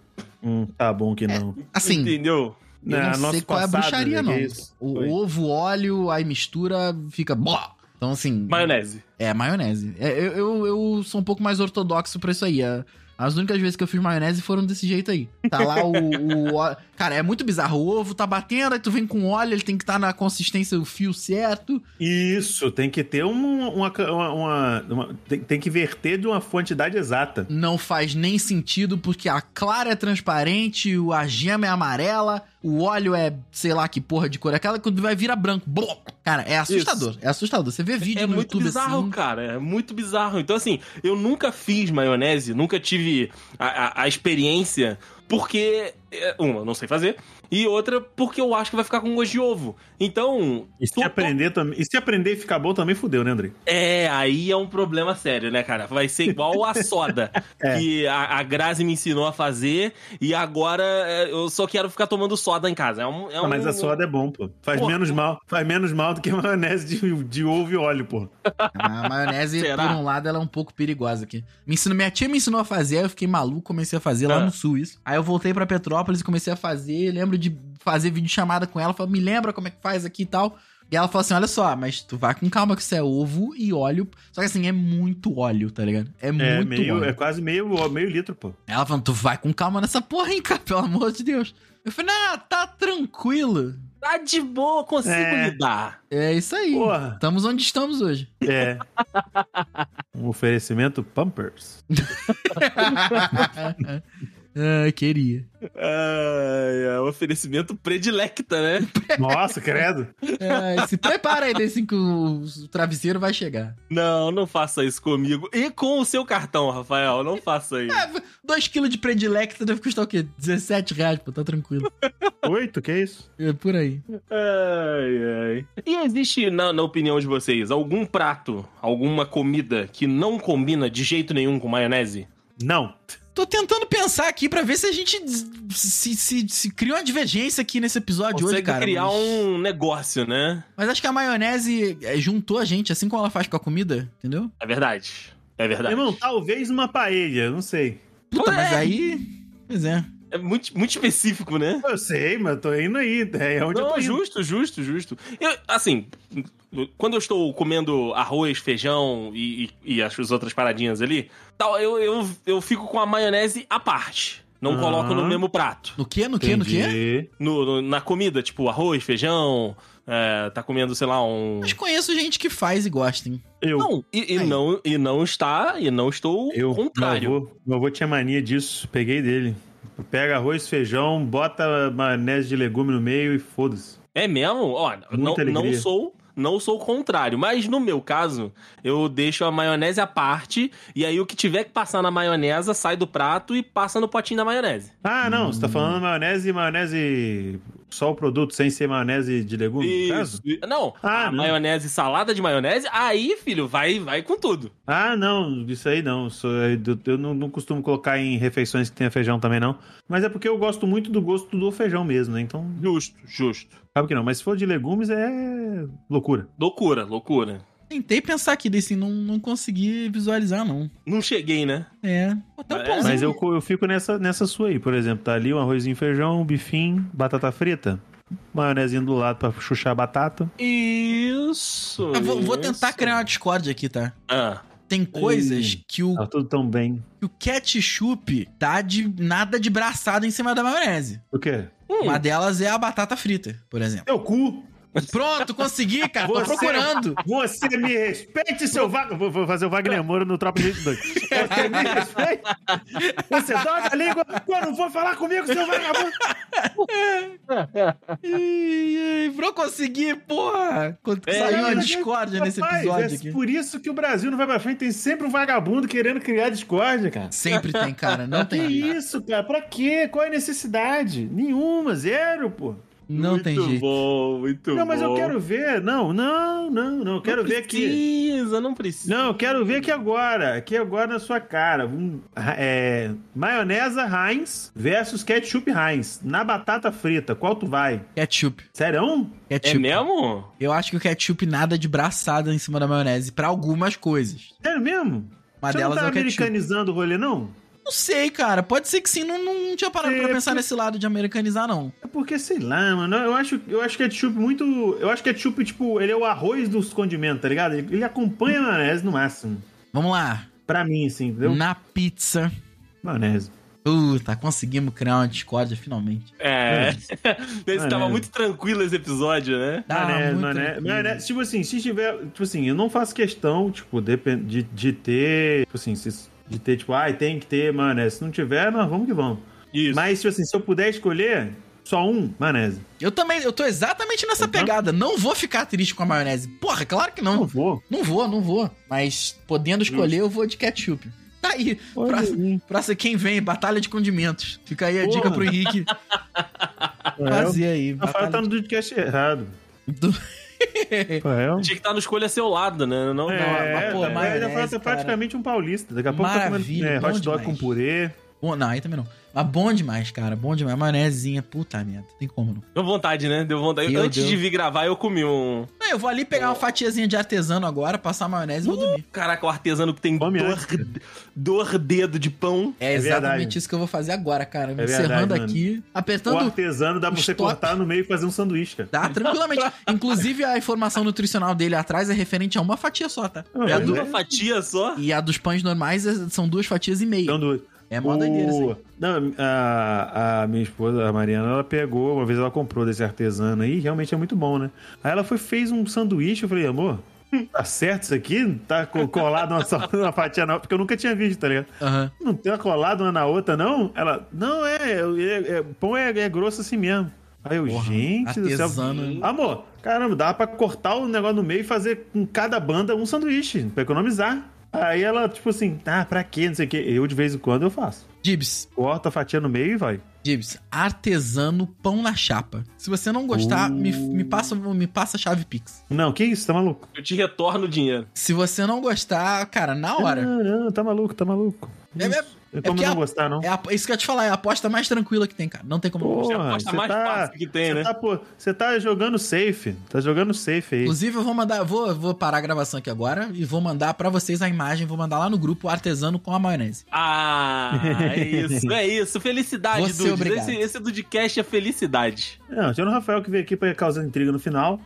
S5: Hum, tá bom que não.
S3: Assim,
S4: Entendeu?
S3: eu não sei qual é a bruxaria, não. O ovo, óleo, aí mistura, fica... Blá. Então, assim...
S4: Maionese.
S3: É, maionese. É, eu, eu, eu sou um pouco mais ortodoxo pra isso aí. É, As únicas vezes que eu fiz maionese foram desse jeito aí. Tá lá o, o ó- Cara, é muito bizarro. O ovo tá batendo, aí tu vem com óleo, ele tem que estar na consistência, o fio certo.
S5: Isso, tem que ter um- uma. uma- uma- uma- tem, tem que verter de uma quantidade exata.
S3: Não faz nem sentido, porque a clara é transparente, o- a gema é amarela, o óleo é, sei lá que porra de cor é aquela, quando vai virar branco. Blum! Cara, é assustador. É assustador. Você vê vídeo
S4: É
S3: no
S4: muito
S3: YouTube
S4: bizarro,
S3: assim.
S4: cara. É muito bizarro. Então, assim, eu nunca fiz maionese, nunca tive a, a- a experiência, porque. é, Uma, eu não sei fazer. E outra, porque eu acho que vai ficar com gosto de ovo. Então.
S5: E se,
S4: tu-
S5: aprender, tam- e se aprender e ficar bom também fudeu, né, André?
S4: É, aí é um problema sério, né, cara? Vai ser igual a soda,
S5: (laughs) É.
S4: que a, a Grazi me ensinou a fazer, e agora é, eu só quero ficar tomando soda em casa. É um, é
S5: Ah, mas
S4: um-
S5: a soda é bom, pô. Faz
S4: Pô,
S5: menos mal. Faz menos mal do que (laughs) maionese de, de ovo e óleo, pô.
S3: A É maionese,
S4: Será?
S3: por um lado, ela é um pouco perigosa aqui. Me ensinou, minha tia me ensinou a fazer, aí eu fiquei maluco, comecei a fazer lá
S4: Ah.
S3: no sul isso. Aí eu voltei pra Petrópolis e comecei a fazer. Lembro de fazer vídeo chamada com ela, falei, me lembra como é que faz aqui e tal. E ela falou assim: olha só, mas tu vai com calma que isso é ovo e óleo. Só que assim, é muito óleo, tá ligado? É,
S5: É,
S3: muito
S5: meio,
S3: óleo.
S5: é quase meio, ó, meio litro, pô.
S3: Ela falou, tu vai com calma nessa porra, hein, cara, (laughs) pelo amor de Deus. Eu falei, ah, tá tranquilo.
S4: Tá de boa, eu consigo
S5: É.
S4: lidar.
S3: É isso aí.
S5: Porra.
S3: Estamos onde estamos hoje.
S5: É. Um oferecimento Pampers.
S3: Ah, É, queria.
S4: Ai, é um oferecimento predilecta, né?
S5: Nossa, credo.
S3: Ah, se prepara aí, desse que o o travesseiro vai chegar.
S4: Não, não faça isso comigo. E com o seu cartão, Rafael, não faça isso.
S3: 2kg de predilecta deve custar o quê? 17 reais, pô, tá tranquilo.
S5: Oito, que isso?
S3: É por aí.
S4: (laughs) Ai, ai. E existe, na, na opinião de vocês, algum prato, alguma comida que não combina de jeito nenhum com maionese?
S5: Não.
S3: Tô tentando pensar aqui pra ver se a gente des- se, se, se cria uma divergência aqui nesse episódio
S4: Você
S3: hoje, Tá cara.
S4: criar
S3: mas...
S4: um negócio, né?
S3: mas acho que a maionese eh, juntou a gente, assim como ela faz com a comida, entendeu?
S4: É verdade. É verdade.
S5: Irmão, talvez uma paella, não sei.
S3: Puta,
S4: Ué!
S3: mas aí. Pois é.
S4: É muito, muito específico, né?
S5: Eu sei, mas tô indo aí. É onde eu
S4: Não,
S5: tô indo.
S4: justo, justo, justo. Eu, assim, quando eu estou comendo arroz, feijão e, e- e as outras paradinhas ali, tal, eu, eu, eu fico com a maionese à parte. Não
S5: Ah.
S4: coloco no mesmo prato.
S3: No quê? No
S4: é
S3: quê? No quê?
S5: Entendi.
S4: No- no- na comida, tipo arroz, feijão, é, tá comendo, sei lá, um.
S3: Mas conheço gente que faz e gosta, hein?
S5: Eu.
S4: Não, e, e
S3: Aí.
S4: não, e não está, e não estou
S5: Eu,
S4: contrário.
S5: meu avô, meu avô tinha mania disso, peguei dele. Pega arroz, feijão, bota maionese de legume no meio e foda-se.
S4: É mesmo? Ó, não,
S5: Muita
S4: não
S5: alegria.
S4: sou. Não sou o contrário, mas no meu caso, eu deixo a maionese à parte e aí o que tiver que passar na maionese sai do prato e passa no potinho da maionese.
S5: Ah, não, você tá falando maionese, maionese. Só o produto, sem ser maionese de legume, no caso?
S4: Não,
S5: Ah,
S4: a
S5: não.
S4: maionese, salada de maionese, aí, filho, vai vai com tudo.
S5: Ah, não, isso aí não. isso aí do- eu não, não costumo colocar em refeições que tenha feijão também, não. Mas é porque eu gosto muito do gosto do feijão mesmo, né? Então,
S4: Justo, justo.
S5: sabe que não. Mas se for de legumes, é loucura.
S4: Loucura, loucura.
S3: Tentei pensar aqui, desse não, não consegui visualizar, não.
S4: Não cheguei, né?
S3: É. Até um
S4: É,
S3: pãozinho.
S5: Mas eu, co- eu fico nessa, nessa sua aí, por exemplo. Tá ali um arrozinho, feijão, um bifinho, batata frita, maionezinha do lado pra chuchar a batata.
S4: Isso.
S3: Eu Ah, vou, vou tentar
S4: isso.
S3: criar uma discórdia aqui, tá?
S4: Ah,
S3: Tem coisas
S5: Ih.
S3: que o,
S5: Tá tudo tão bem.
S3: que o ketchup dá de nada de braçada em cima da maionese.
S5: O quê?
S4: hum,
S3: Uma delas é a batata frita, por
S5: (laughs)
S3: exemplo.
S5: Teu cu!
S3: Pronto, consegui, cara. Tô
S5: Você- (laughs)
S3: procurando.
S5: Você me respeite, seu Wagner. Vou, vou fazer o Wagner Moura no Tropa de Elite 2. Você me respeite. Você dói a língua. Pô, não vou falar comigo, seu vagabundo.
S3: Ih, ih, Bro, consegui, porra. Quando
S4: É,
S3: saiu uma
S5: Rapaz,
S3: discórdia nesse episódio
S5: é
S3: aqui.
S5: Por isso que o Brasil não vai pra frente. Tem sempre um vagabundo querendo criar discórdia, cara.
S3: Sempre tem, cara. Não
S5: Que
S3: tem.
S5: isso, cara? Pra quê? Qual é a necessidade? Nenhuma, zero, pô.
S3: Não tem
S4: Muito
S3: jeito.
S4: bom, muito bom.
S5: Não, mas eu quero ver. Não, não, não, não. Eu quero ver aqui.
S4: Precisa, não precisa.
S5: Não, eu quero ver aqui agora. Aqui agora na sua cara. Um, é, maionesa Heinz versus ketchup Heinz. Na batata frita, qual tu vai? um?
S3: Ketchup.
S5: Serão?
S4: É
S3: Ketchup.
S4: mesmo?
S3: Eu acho que o ketchup nada de braçada em cima da maionese pra algumas coisas.
S5: Sério mesmo?
S3: Uma
S5: Você
S3: delas
S5: não tá
S3: é o ketchup.
S5: americanizando o rolê, não?
S3: Não sei, cara. Pode ser que sim. Não, não tinha parado pra
S5: É,
S3: pensar nesse lado de americanizar, não.
S5: É porque, sei lá, mano. Eu acho, eu acho ketchup muito. Eu acho ketchup, tipo, ele é o arroz dos condimentos, tá ligado? Ele, ele acompanha a maionese no máximo.
S3: Vamos lá.
S5: Pra mim, assim, entendeu?
S3: Na pizza.
S5: Maionese.
S3: Puta, conseguimos criar uma discórdia finalmente.
S4: É. (laughs) Esse
S5: Ah,
S4: tava
S5: né?
S4: muito tranquilo esse episódio, né?
S3: Tá
S5: maionese,
S3: muito
S5: maionese,
S3: tranquilo.
S5: maionese. Tipo assim, se tiver. Tipo assim, eu não faço questão, tipo, depen- de, de ter. Tipo assim, se- de ter, tipo, ai, tem que ter maionese. Se não tiver, nós vamos que vamos.
S4: Isso.
S5: Mas, tipo assim, se eu puder escolher, só um, maionese.
S3: Eu também, eu tô exatamente nessa
S5: Uhum.
S3: pegada. Não vou ficar triste com a maionese. Porra, claro que
S5: Não
S3: não.
S5: vou.
S3: Não vou, não vou. Mas podendo escolher, eu vou de ketchup. Tá aí.
S5: Olha
S3: Pra, (laughs)
S5: aí.
S3: pra ser quem vem, batalha de condimentos. Fica aí a
S5: Porra.
S3: dica pro
S5: (laughs)
S3: Henrique
S5: Rafael-
S3: fazer aí.
S5: Rafael tá
S3: batalha
S5: no podcast errado.
S3: do- (laughs)
S5: Rafael.
S4: Tinha que estar no escolha seu lado, né? Não,
S3: mas,
S5: É,
S3: pô,
S5: mas,
S3: maionese,
S5: já falta
S3: cara.
S5: praticamente um paulista. Daqui a pouco tá comendo
S3: Maravilha,
S5: é,
S3: bom
S5: hot dog com
S3: demais.
S5: purê.
S3: Bom, não, aí também não. Mas bom demais, cara. Bom demais. Maionezinha, puta merda. Tem como não.
S4: não. Deu vontade, né? Deu vontade.
S3: Meu
S4: Antes
S3: Deus.
S4: de vir gravar, eu comi um.
S3: Não, eu vou ali pegar uma fatiazinha de artesano agora, passar a maionese e vou dormir.
S4: Caraca, o artesano que tem
S5: Come
S4: dor,
S5: antes, cara.
S4: dor dedo de pão.
S3: É
S5: verdade.
S3: exatamente isso que eu vou fazer agora, cara. Me
S5: É verdade,
S3: encerrando
S5: mano.
S3: aqui,
S5: O
S3: apertando
S5: artesano dá pra
S3: os
S5: você
S3: toques.
S5: cortar no meio e fazer um sanduíche, cara.
S3: Dá
S5: (laughs)
S3: tranquilamente. Inclusive, a informação nutricional dele atrás é referente a uma fatia só, tá?
S5: Ah,
S3: É a
S5: mas
S3: do-
S4: Uma fatia só.
S3: E a dos pães normais é- são duas fatias e meia.
S5: Então, do-
S3: É mó doideira isso aí.
S5: Não, a, a minha esposa, a Mariana, ela pegou, uma vez ela comprou desse artesano aí, realmente é muito bom, né? Aí ela foi, fez um sanduíche, eu falei, amor, Tá certo isso aqui? Tá co- colado uma, (laughs) só- uma fatia na outra, porque eu nunca tinha visto, tá ligado?
S3: Aham.
S5: Não tem uma colada uma na outra, não? Ela, não, é, é, é- pão é, é grosso assim mesmo. Aí eu,
S3: Porra,
S5: gente do céu.
S3: artesano.
S5: Amor, caramba, dá pra cortar o negócio no meio e fazer com cada banda um sanduíche, pra economizar. Aí ela, tipo assim, ah, pra quê? Não sei o quê. Eu, de vez em quando, eu faço.
S3: Dibs,
S5: Corta a fatia no meio e vai.
S3: Dibs, artesano pão na chapa. Se você não gostar,
S5: Uh.
S3: me, me passa me passa a chave Pix.
S5: Não, que isso, tá maluco?
S4: Eu te retorno o dinheiro.
S3: Se você não gostar, cara, na hora.
S5: Não, não, tá maluco, tá maluco.
S3: É, é-
S5: É Isso. como
S3: porque
S5: não
S3: a-
S5: gostar, não?
S3: é a- isso que eu ia te falar, é a aposta mais tranquila que tem, cara. Não tem como não
S5: Porra,
S3: gostar.
S4: É a aposta
S5: você
S4: mais
S5: tá-
S4: fácil que tem,
S5: Você
S4: né?
S5: tá, pô, você tá jogando safe. Tá jogando safe aí.
S3: Inclusive, eu vou mandar, vou, vou parar a gravação aqui agora e vou mandar pra vocês a imagem, vou mandar lá no grupo o artesano com a
S5: (laughs)
S3: maionese.
S4: Ah, é isso, é isso. Felicidade,
S3: Você
S4: Dudes.
S3: obrigado.
S4: Esse, esse Dudcast é felicidade.
S5: Não, tinha o Rafael que veio aqui pra causar intriga no final.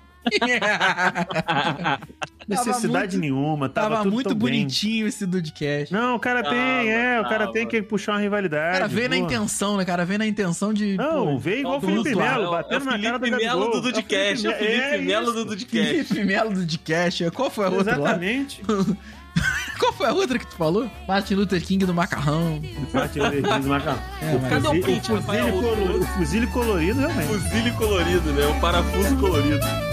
S5: Necessidade
S3: muito-
S5: nenhuma, tava,
S3: Tava
S5: tudo
S3: muito
S5: tão bem.
S3: bonitinho esse Dudcast.
S5: Não, o cara
S4: Tava,
S5: tem, é, o cara
S4: tava.
S5: tem que puxar uma rivalidade.
S3: O cara veio na
S5: boa.
S3: intenção, né, cara? Veio na intenção de.
S5: Não, veio igual o
S4: Todo
S5: Felipe
S4: mundo
S5: Melo,
S4: lá.
S5: batendo
S4: É o
S5: na cara do
S4: Felipe Melo
S5: Gabigol.
S4: do Dudcast. É o Felipe Melo do
S3: pô,
S4: Dudcast.
S3: Felipe Melo Dudcast. Qual foi a
S5: Dudcast.
S3: outra? lá?
S4: (laughs)
S5: Exatamente.
S3: Qual foi a outra que tu falou? Martin Luther King do macarrão.
S5: Bate o Verdes, macarrão.
S3: É, mas-
S4: Cadê o
S5: Fuzile-
S4: print, Rafael?
S5: fuzile colorido- O fuzile colorido, realmente.
S4: Fuzile colorido, né? Um parafuso colorido.